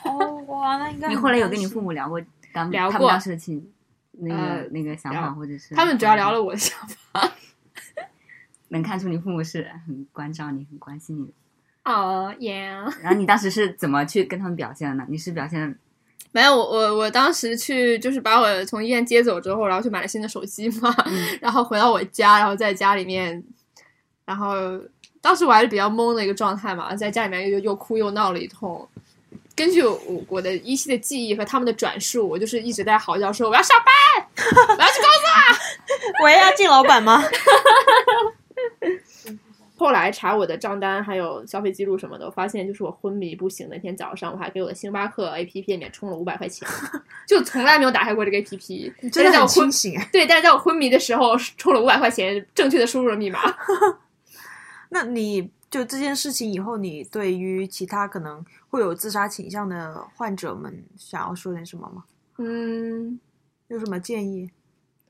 Speaker 2: 哦，哇，那应该
Speaker 1: 你
Speaker 2: 很
Speaker 1: 后来有
Speaker 2: 担
Speaker 1: 跟你
Speaker 2: 心
Speaker 1: 父母聊过当
Speaker 3: 聊
Speaker 1: 他们
Speaker 3: 过
Speaker 1: 当时的情那个、
Speaker 3: 呃
Speaker 1: 那个想法，
Speaker 3: 聊
Speaker 1: 或者是嗯
Speaker 3: 他们主要聊了我的想法。
Speaker 1: 能看出你父母是很关照你、很关心你的。
Speaker 3: 哦耶！
Speaker 1: 然后你当时是怎么去跟他们表现的呢？你是表现
Speaker 3: 没有，我我我当时去就是把我从医院接走之后，然后去买了新的手机嘛，
Speaker 2: 嗯
Speaker 3: 然后回到我家，然后在家里面，然后当时我还是比较懵的一个状态嘛，在家里面又又哭又闹了一通。根据我我的依稀的记忆和他们的转述，我就是一直在嚎叫说我要上班，我要去工 作。
Speaker 2: 喂，阿静老板吗？
Speaker 3: 后来查我的账单还有消费记录什么的，我发现就是我昏迷不醒那天早上，我还给我的星巴克 APP 里面充了五百块 钱，就从来没有打开过这个 APP。
Speaker 2: 真
Speaker 3: 但是
Speaker 2: 的
Speaker 3: 在我
Speaker 2: 很
Speaker 3: 昏
Speaker 2: 清醒哎。
Speaker 3: 对，但是在我昏迷的时候充了五百块钱，正确的输入了密码。
Speaker 2: 那你就这件事情以后，你对于其他可能会有自杀倾向的患者们，想要说点什么吗？
Speaker 3: 嗯，
Speaker 2: 有什么建议？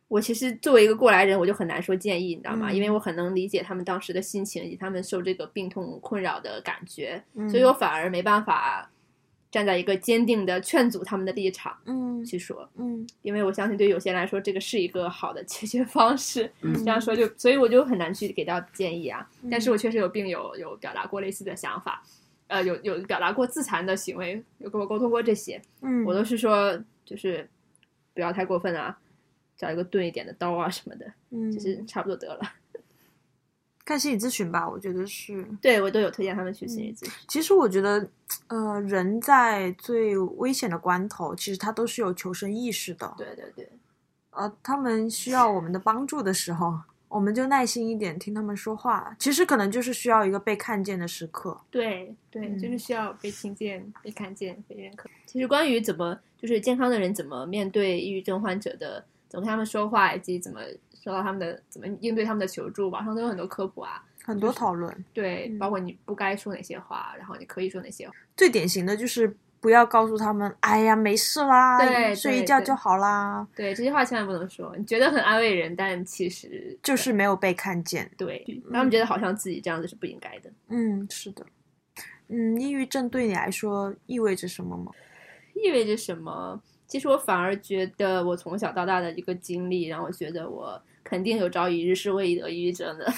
Speaker 3: 我其实作为一个过来人，我就很难说建议，你知道吗？
Speaker 2: 嗯
Speaker 3: 因为我很能理解他们当时的心情以及他们受这个病痛困扰的感觉，
Speaker 2: 嗯
Speaker 3: 所以我反而没办法站在一个坚定的劝阻他们的立场
Speaker 2: 嗯
Speaker 3: 去说，
Speaker 2: 嗯
Speaker 3: 因为我相信对于有些人来说，这个是一个好的解决方式。
Speaker 1: 嗯
Speaker 3: 这样说就，所以我就很难去给到建议啊。但
Speaker 2: 嗯
Speaker 3: 是我确实有病友有表达过类似的想法，呃，有有表达过自残的行为，有跟我沟通过这些。
Speaker 2: 嗯，
Speaker 3: 我都是说，就是不要太过分啊，找一个钝一点的刀啊什么的，
Speaker 2: 嗯
Speaker 3: 就是差不多得了。
Speaker 2: 看心理咨询吧，我觉得是。
Speaker 3: 对我都有推荐他们去心理咨询。
Speaker 2: 其实我觉得，呃，人在最危险的关头，其实他都是有求生意识的。
Speaker 3: 对对对，
Speaker 2: 呃，他们需要我们的帮助的时候，我们就耐心一点听他们说话。其实可能就是需要一个被看见的时刻。
Speaker 3: 对对，就是
Speaker 2: 嗯
Speaker 3: 需要被听见、被看见、被认可。其实关于怎么就是健康的人怎么面对抑郁症患者的，怎么跟他们说话，以及怎么收到他们的怎么应对他们的求助，网上都有很多科普啊。
Speaker 2: 很多
Speaker 3: 就是
Speaker 2: 讨论，
Speaker 3: 对，
Speaker 2: 嗯
Speaker 3: 包括你不该说哪些话，然后你可以说哪些话。
Speaker 2: 最典型的就是不要告诉他们，哎呀，没事啦，
Speaker 3: 对
Speaker 2: 睡
Speaker 3: 对
Speaker 2: 一觉
Speaker 3: 对
Speaker 2: 就好啦，
Speaker 3: 对，这些话千万不能说，你觉得很安慰人，但其实
Speaker 2: 就是没有被看见。
Speaker 3: 对，让他们觉得好像自己这样子是不应该的。
Speaker 2: 嗯，是的。嗯，抑郁症对你来说意味着什么吗？
Speaker 3: 意味着什么？其实我反而觉得，我从小到大的一个经历，让我觉得我肯定有朝一日是会得抑郁症 的，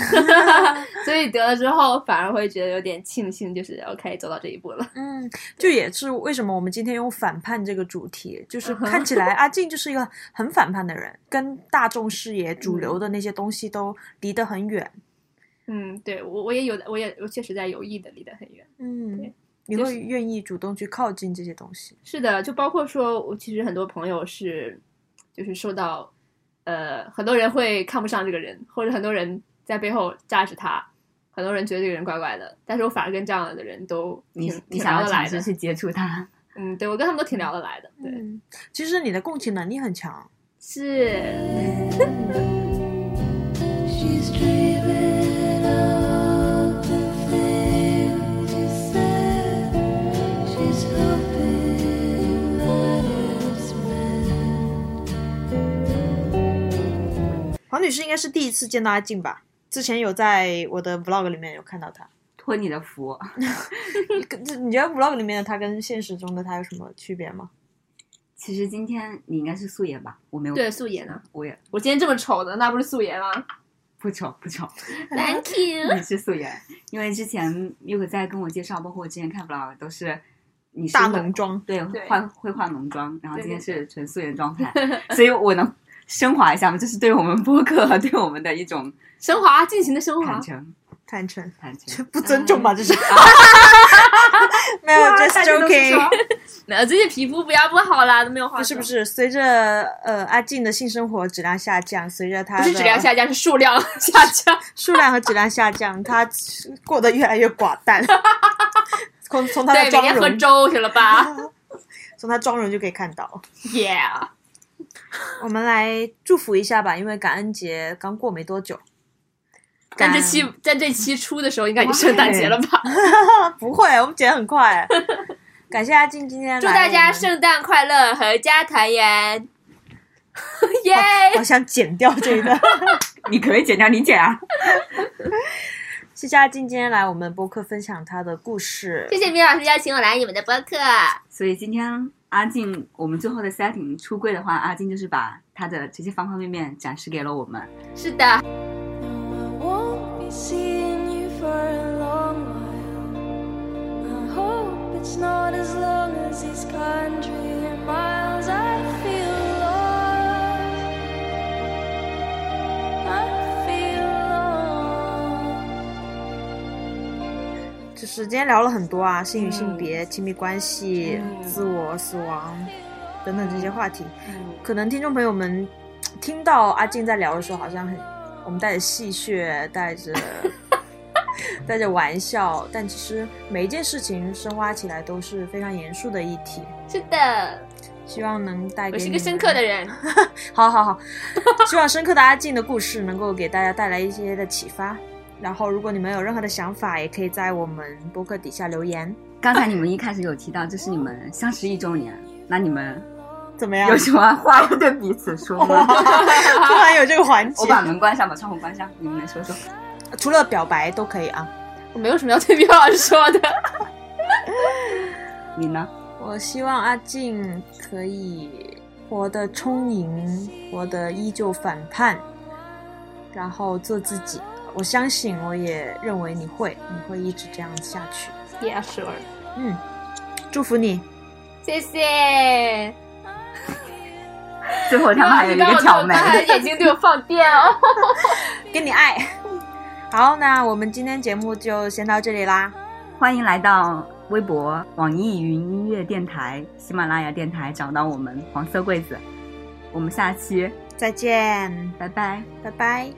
Speaker 3: 所以得了之后，反而会觉得有点庆幸，就是 OK 走到这一步了。
Speaker 2: 嗯，就也是为什么我们今天用反叛这个主题，
Speaker 3: 嗯
Speaker 2: 就是看起 来阿静就是一个很反叛的人，跟大众视野、主流的那些东西都离得很远。
Speaker 3: 嗯，对我我也有，我也我确实在有意的离得很远。
Speaker 2: 嗯
Speaker 3: 对，
Speaker 2: 你
Speaker 3: 就
Speaker 2: 会
Speaker 3: 是
Speaker 2: 愿意主动去靠近这些东西。
Speaker 3: 是的，就包括说我其实很多朋友是，就是受到，呃，很多人会看不上这个人，或者很多人在背后榨着他，很多人觉得这个人怪怪的，但是我反而跟这样的人都
Speaker 1: 你
Speaker 3: 挺
Speaker 1: 你
Speaker 3: 挺
Speaker 1: 想
Speaker 3: 聊
Speaker 1: 要
Speaker 3: 得
Speaker 1: 尝
Speaker 3: 来的
Speaker 1: 试。去接触它，
Speaker 3: 嗯，对我跟他们都挺聊得来的，对，
Speaker 2: 嗯，其实你的共情能力很强。
Speaker 3: 是，
Speaker 5: She's dreaming of the things you said. She's hoping that it's meant.
Speaker 2: 黄女士应该是第一次见到阿静吧？之前有在我的 vlog 里面有看到她。
Speaker 1: 托你的福。
Speaker 2: 你跟这你觉得 vlog 里面的她跟现实中的她有什么区别吗？
Speaker 1: 其实今天你应该是素颜吧？我没有，
Speaker 3: 对素颜啊，
Speaker 1: 我也
Speaker 3: 我今天这么丑的，那不是素颜啊吗
Speaker 1: 不丑不丑，
Speaker 3: ？Thank you。
Speaker 1: 你是素颜，因为之前 Yuko 在跟我介绍，包括我之前看 vlog 都是你是
Speaker 2: 大
Speaker 1: 会
Speaker 2: 浓妆。
Speaker 1: 对
Speaker 3: 对
Speaker 1: 化会化浓妆，然后
Speaker 3: 对
Speaker 1: 今天
Speaker 3: 对
Speaker 1: 是纯素颜状 态，所以我能升华一下吗？这是对我们播客和对我们的一 种
Speaker 3: 升华，进行的升华
Speaker 1: 坦。诚
Speaker 2: 坦 诚，
Speaker 1: 坦
Speaker 2: 这
Speaker 1: 诚。
Speaker 2: 不尊重吧？这是， 没有
Speaker 3: 哇
Speaker 2: ，just
Speaker 3: 大家都是
Speaker 2: joking
Speaker 3: 说。那最近皮肤不要不好啦，都没有化
Speaker 2: 不
Speaker 3: 妆。
Speaker 2: 是不是，随着呃阿静的性生活质量下降，随着她
Speaker 3: 不
Speaker 2: 的
Speaker 3: 是质量下降，是数量 下降。
Speaker 2: 数量和质量下降，她过得越来越寡 淡。从从她的
Speaker 3: 对，每
Speaker 2: 妆
Speaker 3: 天喝啊
Speaker 2: 容，
Speaker 3: 粥去了吧
Speaker 2: 从她妆容就可以看到。
Speaker 3: ？Yeah，
Speaker 2: 我们来祝福一下吧，因为感恩节刚过没多久。
Speaker 3: 但
Speaker 2: 感
Speaker 3: 这期但这期出的时候，应该已经圣诞节了吧？
Speaker 2: 啊不会，我们剪得很快。 感谢阿静今天来
Speaker 3: 祝大
Speaker 2: 我
Speaker 3: 家
Speaker 2: 们
Speaker 3: 圣诞快乐，阖家团 圆。耶！
Speaker 2: 好想剪掉这一段。
Speaker 1: 你可以剪掉，你剪啊。
Speaker 2: 谢谢阿静今天来我们播客分享她的故事。
Speaker 3: 谢谢米老师邀请我来你们的播客。
Speaker 1: 所以今天阿静，我们最后的 setting 出柜的话，阿静就是把她的这些方方面面展示给了我们。
Speaker 3: 是的，
Speaker 5: Now I won't be seeing you for a long while. I hope it's not as long as these country miles. I feel lost. I feel lost.
Speaker 2: 就是今天聊了很多啊，性与
Speaker 3: 嗯
Speaker 2: 性别、亲密关系、自我、死亡等等这些话题。可能听众朋友们嘖听 到阿静在聊的时候，好像很我们带着戏谑，带着带着玩笑，但其实每一件事情深挖起来都是非常严肃的议题。
Speaker 3: 是的，
Speaker 2: 希望能带
Speaker 3: 我
Speaker 2: 给
Speaker 3: 是
Speaker 2: 你
Speaker 3: 个
Speaker 2: 们
Speaker 3: 深刻的人。
Speaker 2: 好好 好，希望深刻的阿静的故事能够给大家带来一些的启发。然后，如果你们有任何的想法，也可以在我们播客底下留言。
Speaker 1: 刚才你们一开始有提到，这是你们相识一周 年，那你们
Speaker 2: 怎么样？
Speaker 1: 有什么话要对彼此说吗？
Speaker 2: 突然有这个环 节
Speaker 1: 我，把门关上，把窗户关上，你们来说说。
Speaker 2: 除了表白都可以啊。
Speaker 3: 我没有什么要对米老师说的。
Speaker 1: 你呢？
Speaker 2: 我希望阿静可以活得充盈，活得依旧反叛，然后做自己。我相信，我也认为你会，你会一直这样下去。
Speaker 3: Yeah, sure。
Speaker 2: 嗯，祝福你。
Speaker 3: 谢谢。
Speaker 1: 最后他们还有一
Speaker 3: 刚
Speaker 1: 个
Speaker 3: 我
Speaker 1: 挑眉
Speaker 3: 刚。才眼睛对我放电哦。
Speaker 2: 给你爱。 好，那我们今天节目就先到这里啦。
Speaker 1: 欢迎来到微博、网易云音乐电台、喜马拉雅电台，找到我们黄色柜子。我们下期
Speaker 2: 再见，
Speaker 1: 拜拜。
Speaker 2: 拜拜。